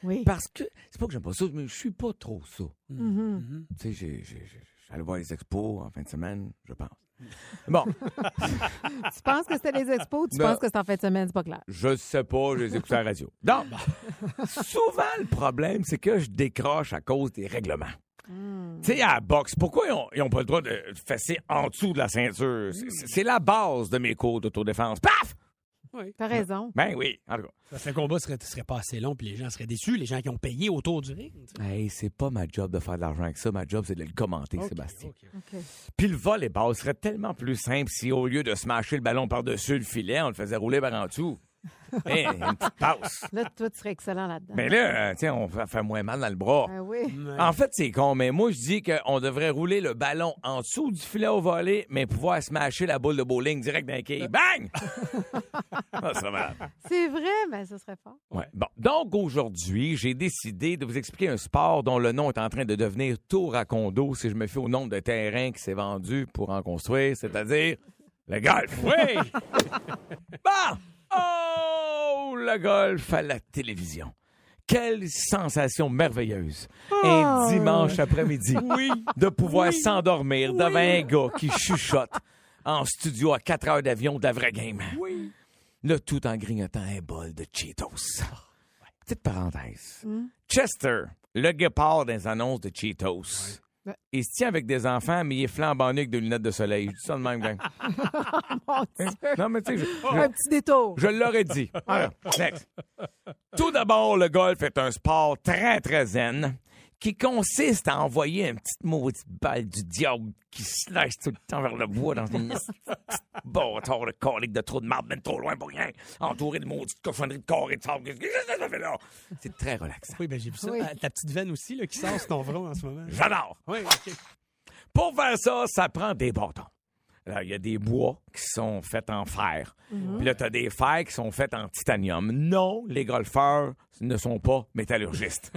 [SPEAKER 5] Oui.
[SPEAKER 6] Parce que, c'est pas que j'aime pas ça, mais je suis pas trop ça. Mm-hmm.
[SPEAKER 5] Mhm.
[SPEAKER 6] Tu sais, j'ai- j'ai- j'ai- j'allais voir les expos en fin de semaine, je pense. Bon,
[SPEAKER 5] Tu penses que c'était les expos ou tu
[SPEAKER 6] Non.
[SPEAKER 5] penses que c'est en fin de semaine? C'est pas clair.
[SPEAKER 6] je sais pas, je les écoute à la radio. Donc, souvent le problème, c'est que je décroche à cause des règlements.
[SPEAKER 4] Hmm.
[SPEAKER 6] Tu sais, à la boxe, pourquoi ils ont, ils ont pas le droit de fesser en dessous de la ceinture? C'est- C'est c'est la base de mes cours d'autodéfense. Paf!
[SPEAKER 5] T'as raison.
[SPEAKER 6] Ben oui, en tout cas.
[SPEAKER 4] Parce que le combat serait, serait pas assez long, puis les gens seraient déçus, les gens qui ont payé autour du ring. tu sais.
[SPEAKER 6] Hey, c'est pas ma job de faire de l'argent avec ça. Ma job, c'est de le commenter, Sébastien.
[SPEAKER 4] Ok.
[SPEAKER 6] Puis le volleyball serait tellement plus simple si, au lieu de smasher le ballon par-dessus le filet, on le faisait rouler par en dessous. hey, une petite passe.
[SPEAKER 5] Là, toi, tu serais excellent là-dedans.
[SPEAKER 6] Mais là, euh, tiens, on va faire moins mal dans le bras.
[SPEAKER 5] Ah oui.
[SPEAKER 6] En fait, c'est con, mais moi, je dis qu'on devrait rouler le ballon en dessous du filet au volet, mais pouvoir smasher la boule de bowling direct dans le quai. Bang! Ah, ça serait malade.
[SPEAKER 5] C'est vrai, mais ce serait fort.
[SPEAKER 6] Ouais. Bon. Donc, aujourd'hui, j'ai décidé de vous expliquer un sport dont le nom est en train de devenir tour à condo si je me fie au nombre de terrains qui s'est vendu pour en construire, c'est-à-dire le golf.
[SPEAKER 4] Oui!
[SPEAKER 6] Bon! Bah, Oh, le golf à la télévision. Quelle sensation merveilleuse. Un
[SPEAKER 5] Ah.
[SPEAKER 6] dimanche après-midi. De pouvoir s'endormir devant un gars qui chuchote en studio à 4 heures d'avion de la vraie game. Le tout en grignotant un bol de Cheetos.
[SPEAKER 5] Ah,
[SPEAKER 6] Petite parenthèse.
[SPEAKER 5] Hmm?
[SPEAKER 6] Chester, le guépard des annonces de Cheetos.
[SPEAKER 5] Ouais.
[SPEAKER 6] Il se tient avec des enfants, mais il est flambant nu avec des lunettes de soleil. Je dis ça de même, gang.
[SPEAKER 5] Mon Dieu.
[SPEAKER 6] Non, mais tu sais, je- je-
[SPEAKER 5] Un petit détour.
[SPEAKER 6] je l'aurais dit. Alors, next. Tout d'abord, le golf est un sport très, très zen qui consiste à envoyer une petite maudite balle du diable qui se lâche tout le temps vers le bois dans une petite bâtard de colique de trou de marde, même trop loin pour rien, entouré de maudites cochonneries de corps et de sable. Qu'est-ce que ça fait là? C'est très relaxant.
[SPEAKER 4] Oui, ben j'ai vu ça.
[SPEAKER 5] Oui.
[SPEAKER 4] Ah, Ta petite veine aussi là, qui sort sur ton front en ce moment.
[SPEAKER 6] J'adore!
[SPEAKER 4] Oui, ok.
[SPEAKER 6] Pour faire ça, ça prend des bâtons. Là, il y a des bois qui sont faits en fer.
[SPEAKER 5] Mhm.
[SPEAKER 6] Puis là, t'as des fers qui sont faits en titanium. Non, les golfeurs ne sont pas métallurgistes.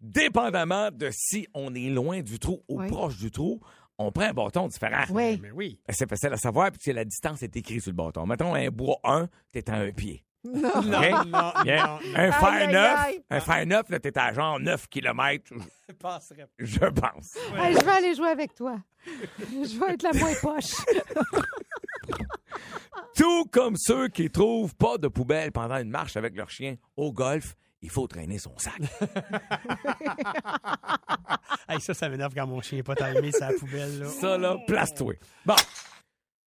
[SPEAKER 6] Dépendamment de si on est loin du trou ou
[SPEAKER 5] Oui.
[SPEAKER 6] proche du trou, on prend un bâton différent.
[SPEAKER 5] Oui.
[SPEAKER 4] Mais oui.
[SPEAKER 6] C'est facile à savoir puisque la distance est écrite sur le bâton. Mettons un bois 1, t'es à un pied.
[SPEAKER 5] Non.
[SPEAKER 6] OK?
[SPEAKER 4] Hein?
[SPEAKER 6] Bien. Un
[SPEAKER 5] Aïe,
[SPEAKER 6] fer
[SPEAKER 5] aïe,
[SPEAKER 6] 9,
[SPEAKER 5] aïe.
[SPEAKER 6] un fer 9, là, t'es à genre 9 km,
[SPEAKER 4] Je passerais.
[SPEAKER 6] je pense.
[SPEAKER 5] Hey, je vais aller jouer avec toi. Je vais être la moins poche.
[SPEAKER 6] Tout comme ceux qui trouvent pas de poubelle pendant une marche avec leur chien au golf, il faut traîner son sac.
[SPEAKER 4] Hey, ça, ça m'énerve quand mon chien n'est pas timé sa poubelle. Là.
[SPEAKER 6] Ça, là, place-toi. Bon.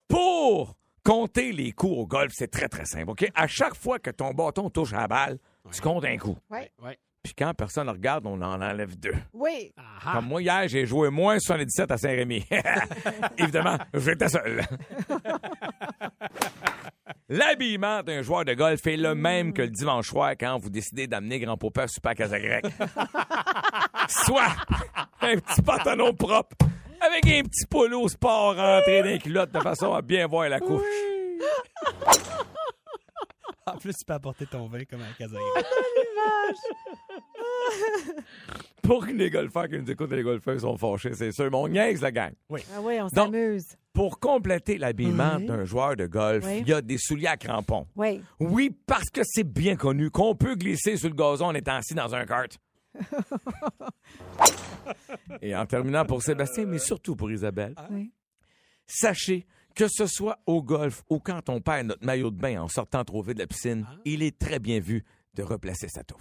[SPEAKER 6] Pour compter les coups au golf, c'est très, très simple, OK? À chaque fois que ton bâton touche à la balle, tu comptes un coup.
[SPEAKER 5] Ouais.
[SPEAKER 4] Ouais.
[SPEAKER 6] Puis quand personne ne regarde, on en enlève deux.
[SPEAKER 5] Oui.
[SPEAKER 4] Ah, ah.
[SPEAKER 6] Comme moi, hier, j'ai joué moins 77 à Saint-Rémy. Évidemment, j'étais seul. L'habillement d'un joueur de golf est le même que le dimanche soir quand vous décidez d'amener grand papa super casa grec. Soit un petit pantalon propre avec un petit polo sport rentré dans les culottes de façon à bien voir la couche.
[SPEAKER 4] En plus, tu peux apporter ton vin comme un casaï.
[SPEAKER 6] Pour que les golfeurs qui nous écoutent et les golfeurs sont fâchés, c'est sûr. Mon niaise, la gang.
[SPEAKER 5] Ah oui, on
[SPEAKER 6] Donc-
[SPEAKER 5] s'amuse.
[SPEAKER 6] Pour compléter l'habillement d'un joueur de golf,
[SPEAKER 5] Oui.
[SPEAKER 6] il y a des souliers à crampons.
[SPEAKER 5] Oui.
[SPEAKER 6] Oui, parce que c'est bien connu qu'on peut glisser sur le gazon en étant assis dans un kart. Et en terminant pour Sébastien, mais surtout pour Isabelle,
[SPEAKER 5] Oui.
[SPEAKER 6] sachez que ce soit au golf ou quand on perd notre maillot de bain en sortant trop vite de la piscine, il est très bien vu de replacer sa touffe.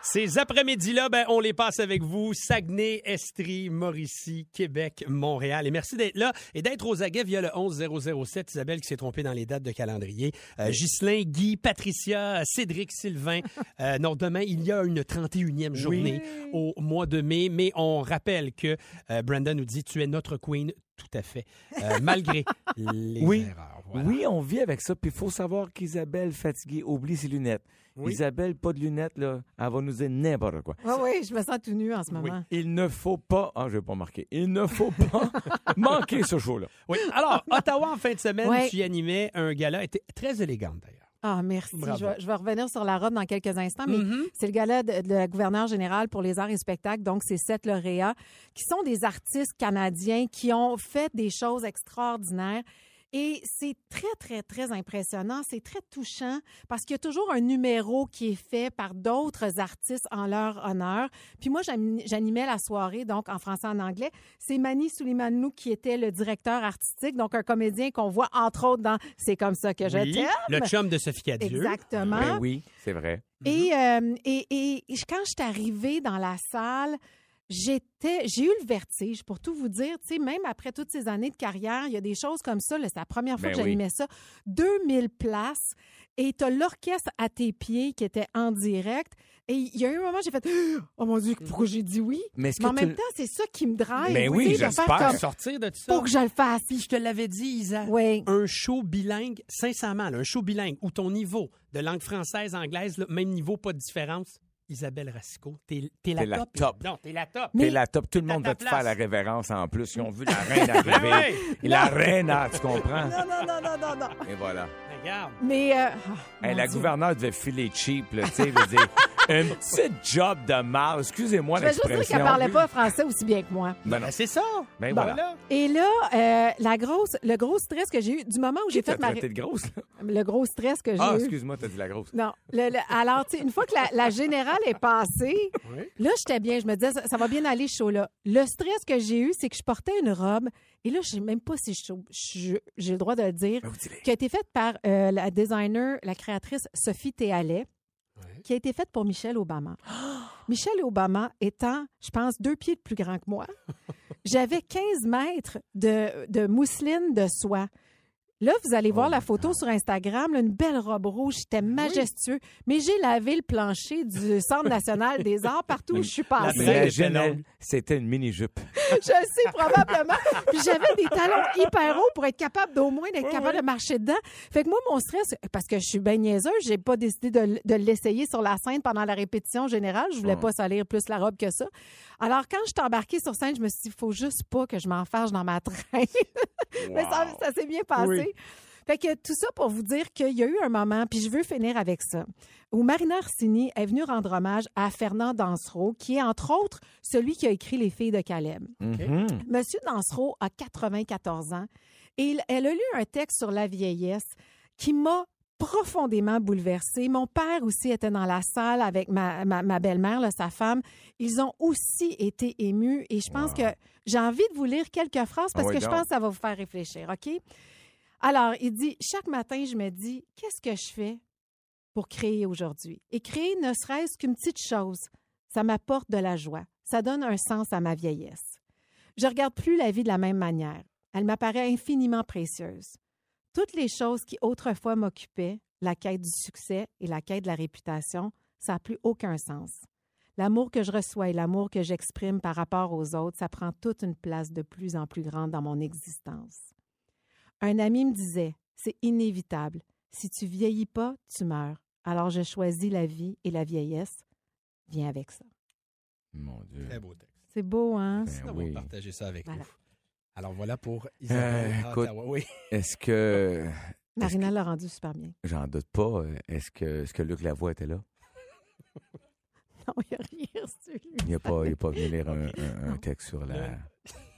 [SPEAKER 4] Ces après-midi-là, ben, on les passe avec vous. Saguenay, Estrie, Mauricie, Québec, Montréal. Et merci d'être là et d'être aux aguets via le 11007. Isabelle qui s'est trompée dans les dates de calendrier. Euh, Ghislain, Guy, Patricia, Cédric, Sylvain. Euh, non, demain, il y a une 31e journée au mois de mai. Mais on rappelle que euh, Brandon nous dit, tu es notre queen. Tout à fait. Euh, malgré les
[SPEAKER 6] Oui.
[SPEAKER 4] erreurs. Voilà.
[SPEAKER 6] Oui, on vit avec ça. Puis il faut savoir qu'Isabelle, fatiguée, oublie ses lunettes.
[SPEAKER 4] Oui.
[SPEAKER 6] Isabelle, pas de lunettes, là, elle va nous dire n'importe quoi.
[SPEAKER 5] Oui, oui, je me sens tout nu en ce moment.
[SPEAKER 6] Il ne faut pas, ah, je vais pas marquer, il ne faut pas manquer ce show-là.
[SPEAKER 4] Oui. Alors, Ottawa, en fin de semaine,
[SPEAKER 5] Ouais.
[SPEAKER 4] tu y animais un gala. était très élégante, d'ailleurs.
[SPEAKER 5] Ah, merci.
[SPEAKER 4] Bravo. Mm-hmm.
[SPEAKER 5] Je vais, je vais revenir sur la robe dans quelques instants, mais c'est le gala de, de la gouverneure générale pour les arts et spectacles. Donc, c'est sept lauréats qui sont des artistes canadiens qui ont fait des choses extraordinaires. Et c'est très, très, très impressionnant. C'est très touchant parce qu'il y a toujours un numéro qui est fait par d'autres artistes en leur honneur. Puis moi, j'ani- j'animais la soirée, donc en français, en anglais. C'est Mani Soulimanou qui était le directeur artistique, donc un comédien qu'on voit entre autres dans C'est comme ça que je
[SPEAKER 4] Oui,
[SPEAKER 5] t'aime.
[SPEAKER 4] Le chum de Sophie Cadieux.
[SPEAKER 5] Exactement.
[SPEAKER 6] Ben oui, Mm-hmm. c'est vrai.
[SPEAKER 5] Et, euh, et, et- et quand je suis arrivée dans la salle, j'étais, j'ai eu le vertige, pour tout vous dire. Tu sais, même après toutes ces années de carrière, il y a des choses comme ça. là, C'est la première fois
[SPEAKER 6] Ben
[SPEAKER 5] que j'animais ça. 2000 places et tu as l'orchestre à tes pieds qui était en direct. Et il y a eu un moment, j'ai fait Oh mon Dieu, pourquoi j'ai dit oui?
[SPEAKER 6] Mais est-ce
[SPEAKER 5] Mais en
[SPEAKER 6] Mm-hmm. que tu-
[SPEAKER 5] même temps, c'est ça qui me drive.
[SPEAKER 6] Ben oui,
[SPEAKER 5] tu sais, de faire
[SPEAKER 6] j'espère.
[SPEAKER 5] comme,
[SPEAKER 4] Ah, Sortir de ça.
[SPEAKER 5] Faut que je le fasse.
[SPEAKER 4] Puis je te l'avais dit, Isa.
[SPEAKER 5] Oui.
[SPEAKER 4] Un show bilingue, sincèrement, là, un show bilingue où ton niveau de langue française, anglaise, là, même niveau, pas de différence. Isabelle Racicot, t'es t'es la,
[SPEAKER 6] T'es la
[SPEAKER 4] top.
[SPEAKER 6] top.
[SPEAKER 4] Non, t'es la top.
[SPEAKER 6] T'es la top, tout le
[SPEAKER 4] T'as
[SPEAKER 6] monde
[SPEAKER 4] ta
[SPEAKER 6] va te
[SPEAKER 4] place.
[SPEAKER 6] faire la révérence en plus. Ils ont vu la reine arriver.
[SPEAKER 4] Ben
[SPEAKER 6] Et la reine, ah, tu comprends?
[SPEAKER 5] Non, non, non, non, non, non.
[SPEAKER 6] Et voilà.
[SPEAKER 4] Regarde.
[SPEAKER 5] Mais. euh, ah,
[SPEAKER 6] Hey,
[SPEAKER 5] mon
[SPEAKER 6] la
[SPEAKER 5] Dieu.
[SPEAKER 6] gouverneure devait filer cheap, là, tu sais, je veux dire, une petite job de mal. Excusez-moi
[SPEAKER 5] Ben, Je vais juste dire
[SPEAKER 6] l'expression.
[SPEAKER 5] qu'elle parlait pas français aussi bien que moi.
[SPEAKER 6] Ben non.
[SPEAKER 4] Ben, c'est ça.
[SPEAKER 6] Ben
[SPEAKER 4] Bon,
[SPEAKER 6] voilà.
[SPEAKER 4] là.
[SPEAKER 5] Et là, euh, la grosse, le gros stress que j'ai eu du moment où j'ai
[SPEAKER 6] T'as
[SPEAKER 5] fait ma
[SPEAKER 6] traité de grosse, là?
[SPEAKER 5] le gros stress que j'ai
[SPEAKER 6] Ah,
[SPEAKER 5] eu.
[SPEAKER 6] excuse-moi, t'as dit la grosse.
[SPEAKER 5] Non. Le- le- alors, tu sais, une fois que la, la générale est passée, là, j'étais bien. Je me disais, ça, ça va bien aller chaud là. Le stress que j'ai eu, c'est que je portais une robe. Et là, je sais même pas si je- je- j'ai le droit de le dire,
[SPEAKER 6] Ben, vous direz.
[SPEAKER 5] qui a été faite par euh, la designer, la créatrice Sophie Théalet, qui a été faite pour Michelle Obama. Michelle Obama étant, je pense, deux pieds de plus grand que moi, j'avais 15 mètres de, de mousseline de soie. Là, vous allez voir la photo sur Instagram, là, une belle robe rouge, j'étais majestueux, mais j'ai lavé le plancher du Centre national des arts partout où je suis passée.
[SPEAKER 4] vraie-
[SPEAKER 6] Imagine,
[SPEAKER 4] était longue.
[SPEAKER 6] elle, c'était une mini-jupe.
[SPEAKER 5] Je le sais probablement. Puis j'avais des talons hyper hauts pour être capable d'au moins d'être capable de marcher dedans. Fait que moi, mon stress, parce que je suis bien niaiseuse, j'ai pas décidé de, l- de l'essayer sur la scène pendant la répétition générale. Je voulais pas salir plus la robe que ça. Alors, quand je suis embarquée sur scène, je me suis dit, faut juste pas que je m'en fâche dans ma traîne. Mais ça, ça s'est bien passé. Fait que tout ça pour vous dire qu'il y a eu un moment, puis je veux finir avec ça, où Marina Arsini est venue rendre hommage à Fernand Dansereau, qui est entre autres celui qui a écrit Les filles de Caleb.
[SPEAKER 6] Mhm.
[SPEAKER 5] Monsieur Dansereau a 94 ans et il- elle a lu un texte sur la vieillesse qui m'a profondément bouleversée. Mon père aussi était dans la salle avec ma, ma- ma belle-mère, là, sa femme. Ils ont aussi été émus et je pense que j'ai envie de vous lire quelques phrases
[SPEAKER 6] Ah
[SPEAKER 5] parce
[SPEAKER 6] ouais,
[SPEAKER 5] que je
[SPEAKER 6] donc.
[SPEAKER 5] pense que ça va vous faire réfléchir, OK? Alors, il dit, chaque matin, je me dis, qu'est-ce que je fais pour créer aujourd'hui? Et créer ne serait-ce qu'une petite chose, ça m'apporte de la joie. Ça donne un sens à ma vieillesse. Je regarde plus la vie de la même manière. Elle m'apparaît infiniment précieuse. Toutes les choses qui autrefois m'occupaient, la quête du succès et la quête de la réputation, ça n'a plus aucun sens. L'amour que je reçois et l'amour que j'exprime par rapport aux autres, ça prend toute une place de plus en plus grande dans mon existence. Un ami me disait, c'est inévitable. Si tu vieillis pas, tu meurs. Alors je choisis la vie et la vieillesse. Viens avec ça.
[SPEAKER 6] Mon Dieu.
[SPEAKER 7] Très beau texte.
[SPEAKER 5] C'est beau, hein?
[SPEAKER 6] Ben
[SPEAKER 7] Merci
[SPEAKER 6] oui.
[SPEAKER 7] d'avoir partagé ça avec
[SPEAKER 5] Voilà.
[SPEAKER 7] nous. Alors voilà pour Isabelle. Ah,
[SPEAKER 6] Euh, écoute.
[SPEAKER 7] Ottawa. Oui.
[SPEAKER 6] Est-ce que.
[SPEAKER 5] Marina l'a rendu super bien.
[SPEAKER 6] J'en doute pas. euh, Est-ce que, est que Luc Lavoie était là?
[SPEAKER 5] Non, il a rien sur lui.
[SPEAKER 6] Il n'a pas, il a pas venu lire un, un- un texte sur la,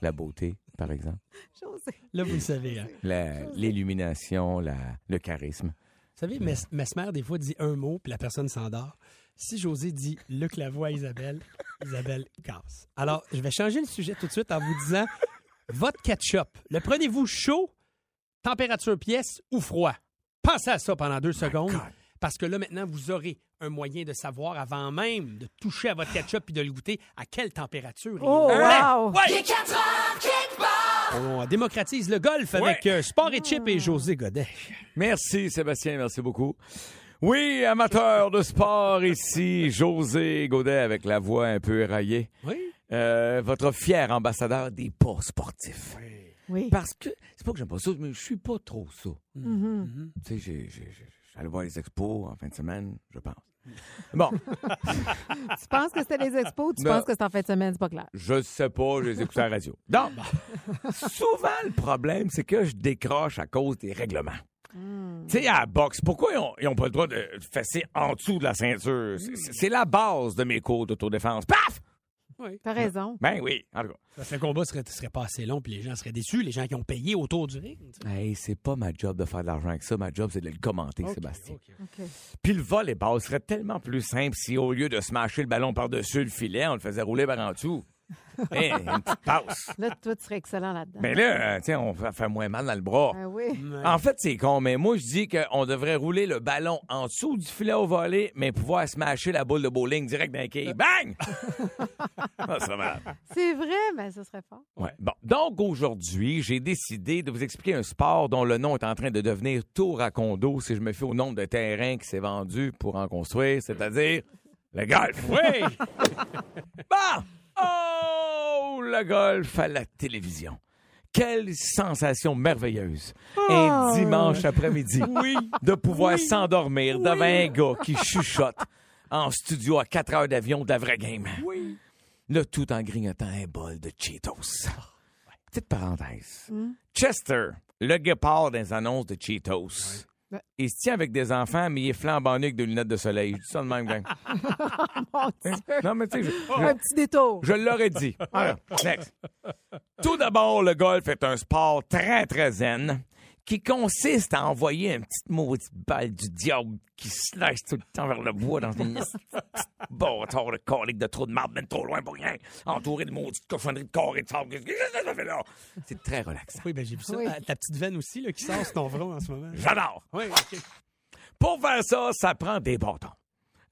[SPEAKER 6] la beauté, par exemple.
[SPEAKER 5] José.
[SPEAKER 4] Là, vous le savez. hein. Vous
[SPEAKER 6] La- L'illumination, la, le charisme.
[SPEAKER 4] savez, Mes- Mesmer, des fois, dit un mot, puis la personne s'endort. Si José dit Luc Lavoie à Isabelle, Isabelle casse. Alors, je vais changer le sujet tout de suite en vous disant votre ketchup, le prenez-vous chaud, température pièce ou froid? Pensez à ça pendant deux secondes. Parce que là, maintenant, vous aurez un moyen de savoir avant même de toucher à votre ketchup et de le goûter à quelle température il est. Hein?
[SPEAKER 5] Oh,
[SPEAKER 8] Hein?
[SPEAKER 5] wow!
[SPEAKER 4] On démocratise le golf avec euh, Sport et Chip et José Godet.
[SPEAKER 6] Merci, Sébastien. Merci beaucoup. Oui, amateur de sport ici, José Godet avec la voix un peu éraillée.
[SPEAKER 4] Oui.
[SPEAKER 6] Euh, votre fier ambassadeur des pas sportifs.
[SPEAKER 5] Oui.
[SPEAKER 8] Bah.
[SPEAKER 6] Parce que, c'est pas que j'aime pas ça, mais je suis pas trop ça. Tu sais, j'ai- j'ai- j'ai- j'allais voir les expos en fin de semaine, je pense. Bon,
[SPEAKER 5] Tu penses que c'était les expos ou tu
[SPEAKER 6] Non.
[SPEAKER 5] penses que c'est en fin de semaine? C'est pas clair.
[SPEAKER 6] je sais pas, je les écoutais à la radio. Donc, souvent, le problème, c'est que je décroche à cause des règlements.
[SPEAKER 4] Hmm.
[SPEAKER 6] Tu sais, à la boxe, pourquoi ils ont- ils n'ont pas le droit de fesser en dessous de la ceinture?
[SPEAKER 4] Hmm.
[SPEAKER 6] C'est- C'est c'est la base de mes cours d'autodéfense. Paf!
[SPEAKER 5] T'as raison.
[SPEAKER 6] Ben oui, en tout cas.
[SPEAKER 4] Parce que le combat serait, serait pas assez long, puis les gens seraient déçus, les gens qui ont payé autour du ring. tu sais.
[SPEAKER 6] Hey, c'est pas ma job de faire de l'argent avec ça. Ma job, c'est de le commenter, Sébastien.
[SPEAKER 4] OK.
[SPEAKER 6] Puis le volleyball serait tellement plus simple si, au lieu de smasher le ballon par-dessus le filet, on le faisait rouler par en dessous. Hey, une petite passe.
[SPEAKER 5] Là, toi, tu serais excellent là-dedans.
[SPEAKER 6] Mais là, euh, tu sais, on va faire moins mal dans le
[SPEAKER 4] Ah
[SPEAKER 6] bras.
[SPEAKER 5] Ben
[SPEAKER 8] Mm.
[SPEAKER 5] oui.
[SPEAKER 6] En fait, c'est con, mais moi, je dis qu'on devrait rouler le ballon en dessous du filet au volet, mais pouvoir smasher la boule de bowling direct dans les quilles. Bang! Ah, ça va.
[SPEAKER 5] C'est vrai, mais ce serait fort.
[SPEAKER 6] Ouais. Bon. Donc, aujourd'hui, j'ai décidé de vous expliquer un sport dont le nom est en train de devenir tour à condo si je me fie au nombre de terrains qui s'est vendu pour en construire, c'est-à-dire le golf.
[SPEAKER 4] Oui!
[SPEAKER 6] Bon! Oh, le golf à la télévision. Quelle sensation merveilleuse. Un dimanche après-midi. De pouvoir s'endormir devant un gars qui chuchote en studio à 4 heures d'avion de la vraie game. Le tout en grignotant un bol de Cheetos. Petite parenthèse. Chester, le guépard des annonces de Cheetos. Il se tient avec des enfants, mais il est flambant nu avec des lunettes de soleil. Je dis ça de même, gang.
[SPEAKER 8] Oh,
[SPEAKER 5] Mon Dieu.
[SPEAKER 6] Non, mais tu sais, je- je-
[SPEAKER 5] Un Ah, petit détour.
[SPEAKER 6] je l'aurais dit. Alors, next. Tout d'abord, le golf est un sport très, très zen qui consiste à envoyer une petite maudite balle du diable qui slice tout le temps vers le bois dans une petite bâtard de colique de trou de marde, même trop loin pour rien, entouré de maudites cochonneries de corps et de sable. Qu'est-ce que qu'est-ce que ça fait là? C'est très relaxant.
[SPEAKER 4] Oui, ben j'ai vu ça.
[SPEAKER 5] Oui.
[SPEAKER 4] Ta, ta petite veine aussi là, qui sort sur ton front en ce moment.
[SPEAKER 6] J'adore.
[SPEAKER 4] Oui, OK.
[SPEAKER 6] Pour faire ça, ça prend des bâtons.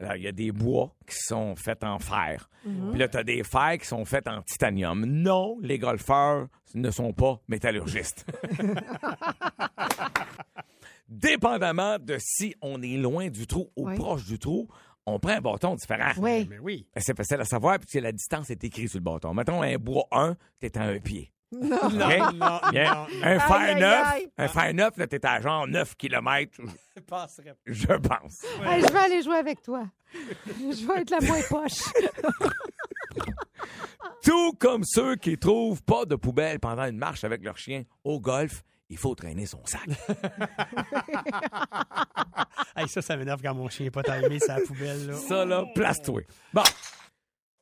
[SPEAKER 6] Alors, il y a des bois qui sont faits en fer.
[SPEAKER 5] Mhm.
[SPEAKER 6] Puis là, tu as des fers qui sont faits en titanium. Non, les golfeurs ne sont pas métallurgistes. Dépendamment de si on est loin du trou ou
[SPEAKER 5] Oui.
[SPEAKER 6] proche du trou, on prend un bâton différent.
[SPEAKER 5] Oui.
[SPEAKER 4] Mais oui.
[SPEAKER 6] Ben, C'est facile à savoir puisque la distance est écrite sur le bâton. Mettons un bois 1, t'es à un pied. Non,
[SPEAKER 4] non, non.
[SPEAKER 6] Un
[SPEAKER 5] Aïe,
[SPEAKER 6] fer
[SPEAKER 5] aïe,
[SPEAKER 6] 9,
[SPEAKER 5] aïe.
[SPEAKER 6] un fer 9, là, t'es à genre 9 km,
[SPEAKER 4] Je passerais pas.
[SPEAKER 6] je pense.
[SPEAKER 5] Hey, je vais aller jouer avec toi. Je vais être la moins poche.
[SPEAKER 6] Tout comme ceux qui trouvent pas de poubelle pendant une marche avec leur chien au golf, il faut traîner son sac.
[SPEAKER 4] Hey, ça, ça m'énerve quand mon chien n'est pas timé sa poubelle. Là.
[SPEAKER 6] Ça, là, place-toi. Bon.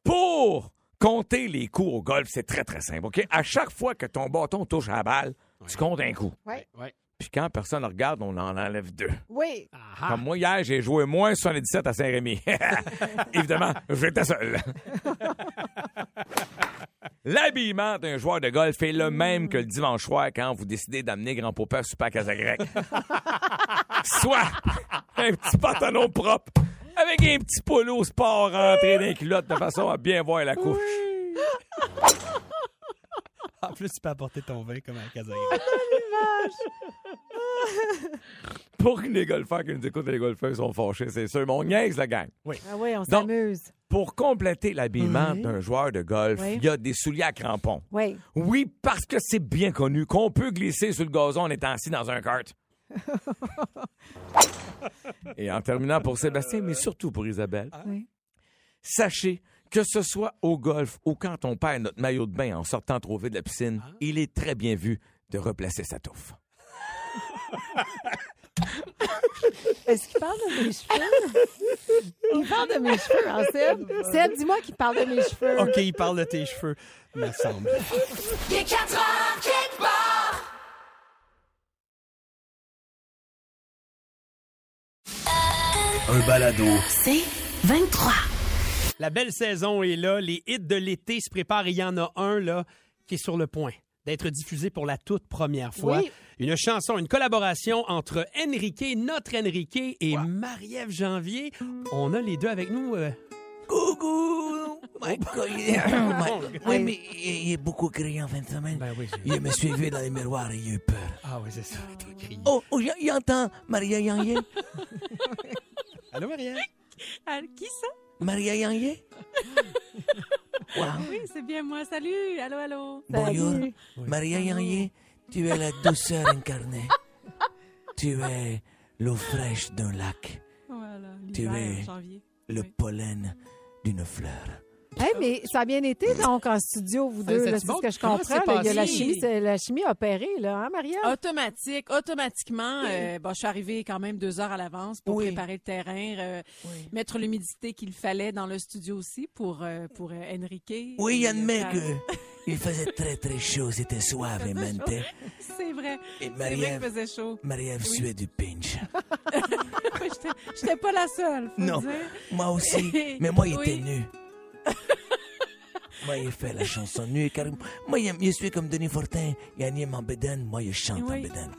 [SPEAKER 6] Pour compter les coups au golf, c'est très, très simple. OK? À chaque fois que ton bâton touche à la balle, tu comptes un coup.
[SPEAKER 5] Ouais.
[SPEAKER 4] Ouais.
[SPEAKER 6] Puis quand personne ne regarde, on en enlève deux.
[SPEAKER 5] Oui.
[SPEAKER 4] Ah, ah.
[SPEAKER 6] Comme moi, hier, j'ai joué moins 77 à Saint-Rémy. Évidemment, j'étais seul. L'habillement d'un joueur de golf est
[SPEAKER 5] Mm.
[SPEAKER 6] le même que le dimanche soir quand vous décidez d'amener grand-papa super casagrec. Soit un petit pantalon propre avec un petit polo sport rentré dans les culottes de façon à bien voir la couche.
[SPEAKER 4] En plus, tu peux apporter ton vin comme un casaï.
[SPEAKER 6] Pour que les golfeurs qui nous écoutent, les golfeurs sont fâchés, c'est sûr. Mais on niaise la gang.
[SPEAKER 5] Ah oui, on
[SPEAKER 6] Donc-
[SPEAKER 5] s'amuse.
[SPEAKER 6] Pour compléter l'habillement
[SPEAKER 5] Oui.
[SPEAKER 6] d'un joueur de golf,
[SPEAKER 5] Oui.
[SPEAKER 6] il y a des souliers à crampons.
[SPEAKER 5] Oui.
[SPEAKER 6] Oui, parce que c'est bien connu qu'on peut glisser sur le gazon en étant assis dans un kart. Et en terminant pour Sébastien, mais surtout pour Isabelle,
[SPEAKER 5] Oui.
[SPEAKER 6] sachez que ce soit au golf ou quand on perd notre maillot de bain en sortant trop vite de la piscine, il est très bien vu de replacer sa touffe.
[SPEAKER 5] Est-ce qu'il parle de mes cheveux? Il parle de mes cheveux, hein, Seb? Seb, dis-moi qu'il parle de mes cheveux.
[SPEAKER 4] OK, il parle de tes cheveux, me semble.
[SPEAKER 1] Il est 4 heures quelque part.
[SPEAKER 7] Un balado.
[SPEAKER 2] C'est 23.
[SPEAKER 4] La belle saison est là. Les hits de l'été se préparent. et Il y en a un là qui est sur le point d'être diffusé pour la toute première fois.
[SPEAKER 5] Oui.
[SPEAKER 4] Une chanson, une collaboration entre Enrique, notre Enrique, et Marie-Ève Janvier. On a les deux avec nous. euh.
[SPEAKER 9] Coucou! Oh My God, my- Oui, mais il est beaucoup crié en fin de semaine.
[SPEAKER 4] Ben oui, j'ai-
[SPEAKER 9] Il me suivait dans les miroirs et il a eu peur.
[SPEAKER 4] Ah oui, c'est ça. t'as crié.
[SPEAKER 9] Oh, oh, il il entend Maria Yangier.
[SPEAKER 4] Allô, Marie-Ève?
[SPEAKER 8] Ah, qui ça?
[SPEAKER 9] Maria Yangier? Wow.
[SPEAKER 8] Oui, c'est bien moi. Salut, allô, allô.
[SPEAKER 9] Bonjour. Maria Yangier, tu es la douceur incarnée. Tu es l'eau fraîche d'un lac,
[SPEAKER 8] Voilà,
[SPEAKER 9] Tu
[SPEAKER 8] l'hiver,
[SPEAKER 9] es-
[SPEAKER 8] en janvier.
[SPEAKER 9] le
[SPEAKER 8] Oui.
[SPEAKER 9] pollen d'une fleur.
[SPEAKER 5] Hey, mais ça a bien été, donc, en studio, vous
[SPEAKER 4] Ça-
[SPEAKER 5] deux.
[SPEAKER 4] ça
[SPEAKER 5] là,
[SPEAKER 4] te
[SPEAKER 5] C'est
[SPEAKER 4] montre
[SPEAKER 5] ce que je
[SPEAKER 4] comment
[SPEAKER 5] comprends.
[SPEAKER 4] c'est
[SPEAKER 5] là. Il y a la
[SPEAKER 8] passé?
[SPEAKER 5] chimie, c'est la chimie opérée, là, hein, Maria?
[SPEAKER 8] Automatique, automatiquement, euh, bon, je suis arrivée quand même deux heures à l'avance pour
[SPEAKER 9] Oui.
[SPEAKER 8] préparer le terrain, euh, mettre l'humidité qu'il fallait dans le studio aussi pour, euh, pour euh, Enrique.
[SPEAKER 9] Oui,
[SPEAKER 8] Et,
[SPEAKER 9] j'admets
[SPEAKER 8] euh,
[SPEAKER 9] que il faisait très très chaud, c'était suave et menté. Et
[SPEAKER 8] C'est vrai, c'est vrai qu'il
[SPEAKER 9] Marie-Ève,
[SPEAKER 8] faisait chaud.
[SPEAKER 9] Marie-Ève
[SPEAKER 8] Oui.
[SPEAKER 9] suait du pinch.
[SPEAKER 8] J'étais- J'étais pas la seule, faut
[SPEAKER 9] Non.
[SPEAKER 8] dire.
[SPEAKER 9] Moi aussi, mais moi, il était
[SPEAKER 8] Oui.
[SPEAKER 9] nu. moi, il fait la chanson nue, car moi, il- je suis comme Denis Fortin. Il anime en bédaine, moi, je chante en
[SPEAKER 8] Oui.
[SPEAKER 9] bédaine.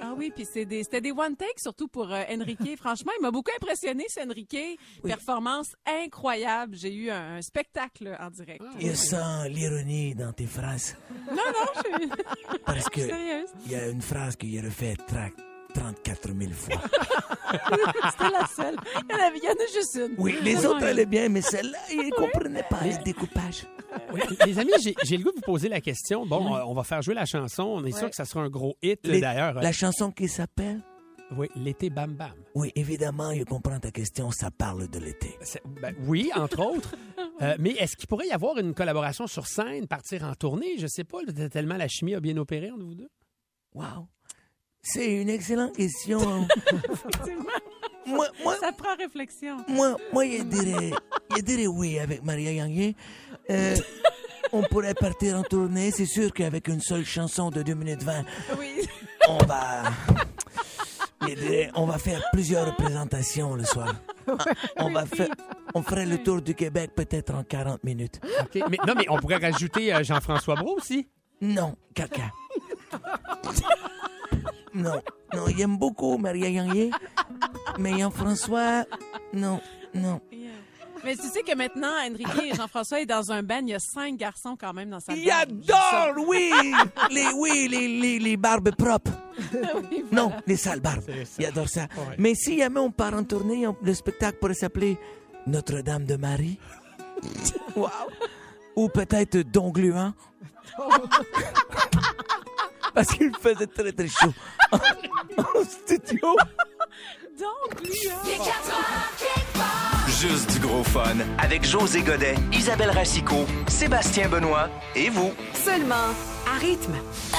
[SPEAKER 8] Ah oui, puis c'est des- c'était des one take surtout pour euh, Enrique. Franchement, il m'a beaucoup impressionné, ce Enrique. Performance incroyable. J'ai eu un, un spectacle en direct.
[SPEAKER 9] Je sens l'ironie dans tes phrases,
[SPEAKER 8] Non, non, je suis
[SPEAKER 9] parce que
[SPEAKER 8] sérieuse.
[SPEAKER 9] il y a une phrase que j'ai refait tra- 34 000 fois.
[SPEAKER 8] C'était la seule. Il y en avait- il y en a juste une.
[SPEAKER 9] Oui, les
[SPEAKER 8] Vraiment,
[SPEAKER 9] autres
[SPEAKER 8] il y en a-
[SPEAKER 9] allaient bien, mais celle-là, ils comprenaient pas le découpage.
[SPEAKER 4] Oui, Les amis, j'ai- j'ai le goût de vous poser la question. Bon, euh, on va faire jouer la chanson. On est sûr que ça sera un gros hit, là,
[SPEAKER 9] Les-
[SPEAKER 4] d'ailleurs. euh,
[SPEAKER 9] La chanson qui s'appelle
[SPEAKER 4] Oui, l'été Bam Bam.
[SPEAKER 9] Oui, évidemment, je comprends ta question, ça parle de l'été.
[SPEAKER 4] C'est- ben oui, entre autres. Euh, mais est-ce qu'il pourrait y avoir une collaboration sur scène, partir en tournée? Je sais pas, là, tellement la chimie a bien opéré entre vous deux.
[SPEAKER 9] Wow. C'est une excellente question. moi, moi,
[SPEAKER 8] Ça prend réflexion.
[SPEAKER 9] moi, moi, je dirais, je dirais oui avec Maria Yangier. Euh, on pourrait partir en tournée. C'est sûr qu'avec une seule chanson de 2 minutes 20,
[SPEAKER 8] Oui.
[SPEAKER 9] on va, je dirais, on va faire plusieurs représentations le soir. On va faire, on ferait le tour du Québec peut-être en 40 minutes.
[SPEAKER 4] OK. Mais, non, mais on pourrait rajouter euh, Jean-François Brault aussi.
[SPEAKER 9] Non, caca. non, non, j'aime beaucoup Maria Yangier, mais Jean-François, non, non.
[SPEAKER 8] Mais tu sais que maintenant, Enrique et Jean-François est dans un ban. Il y a cinq garçons quand même dans sa
[SPEAKER 9] Il
[SPEAKER 8] bande.
[SPEAKER 9] adore, oui, les, oui, les, les, les barbes propres.
[SPEAKER 8] Oui, voilà.
[SPEAKER 9] Non, les sales barbes. Il adore ça. Mais si jamais on part en tournée, on- le spectacle pourrait s'appeler Notre-Dame de Marie. Wow. Ou peut-être Don Gluant. Parce qu'il faisait très très chaud en studio.
[SPEAKER 8] Donc, lui, hein.
[SPEAKER 1] Il est 4 heures quelque part.
[SPEAKER 10] Juste du gros fun avec José Godet, Isabelle Racicot, Sébastien Benoît et vous.
[SPEAKER 3] Seulement à rythme.
[SPEAKER 1] Un.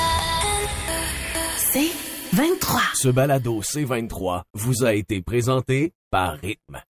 [SPEAKER 11] C'est 23.
[SPEAKER 9] Ce balado C23 vous a été présenté par Rythme.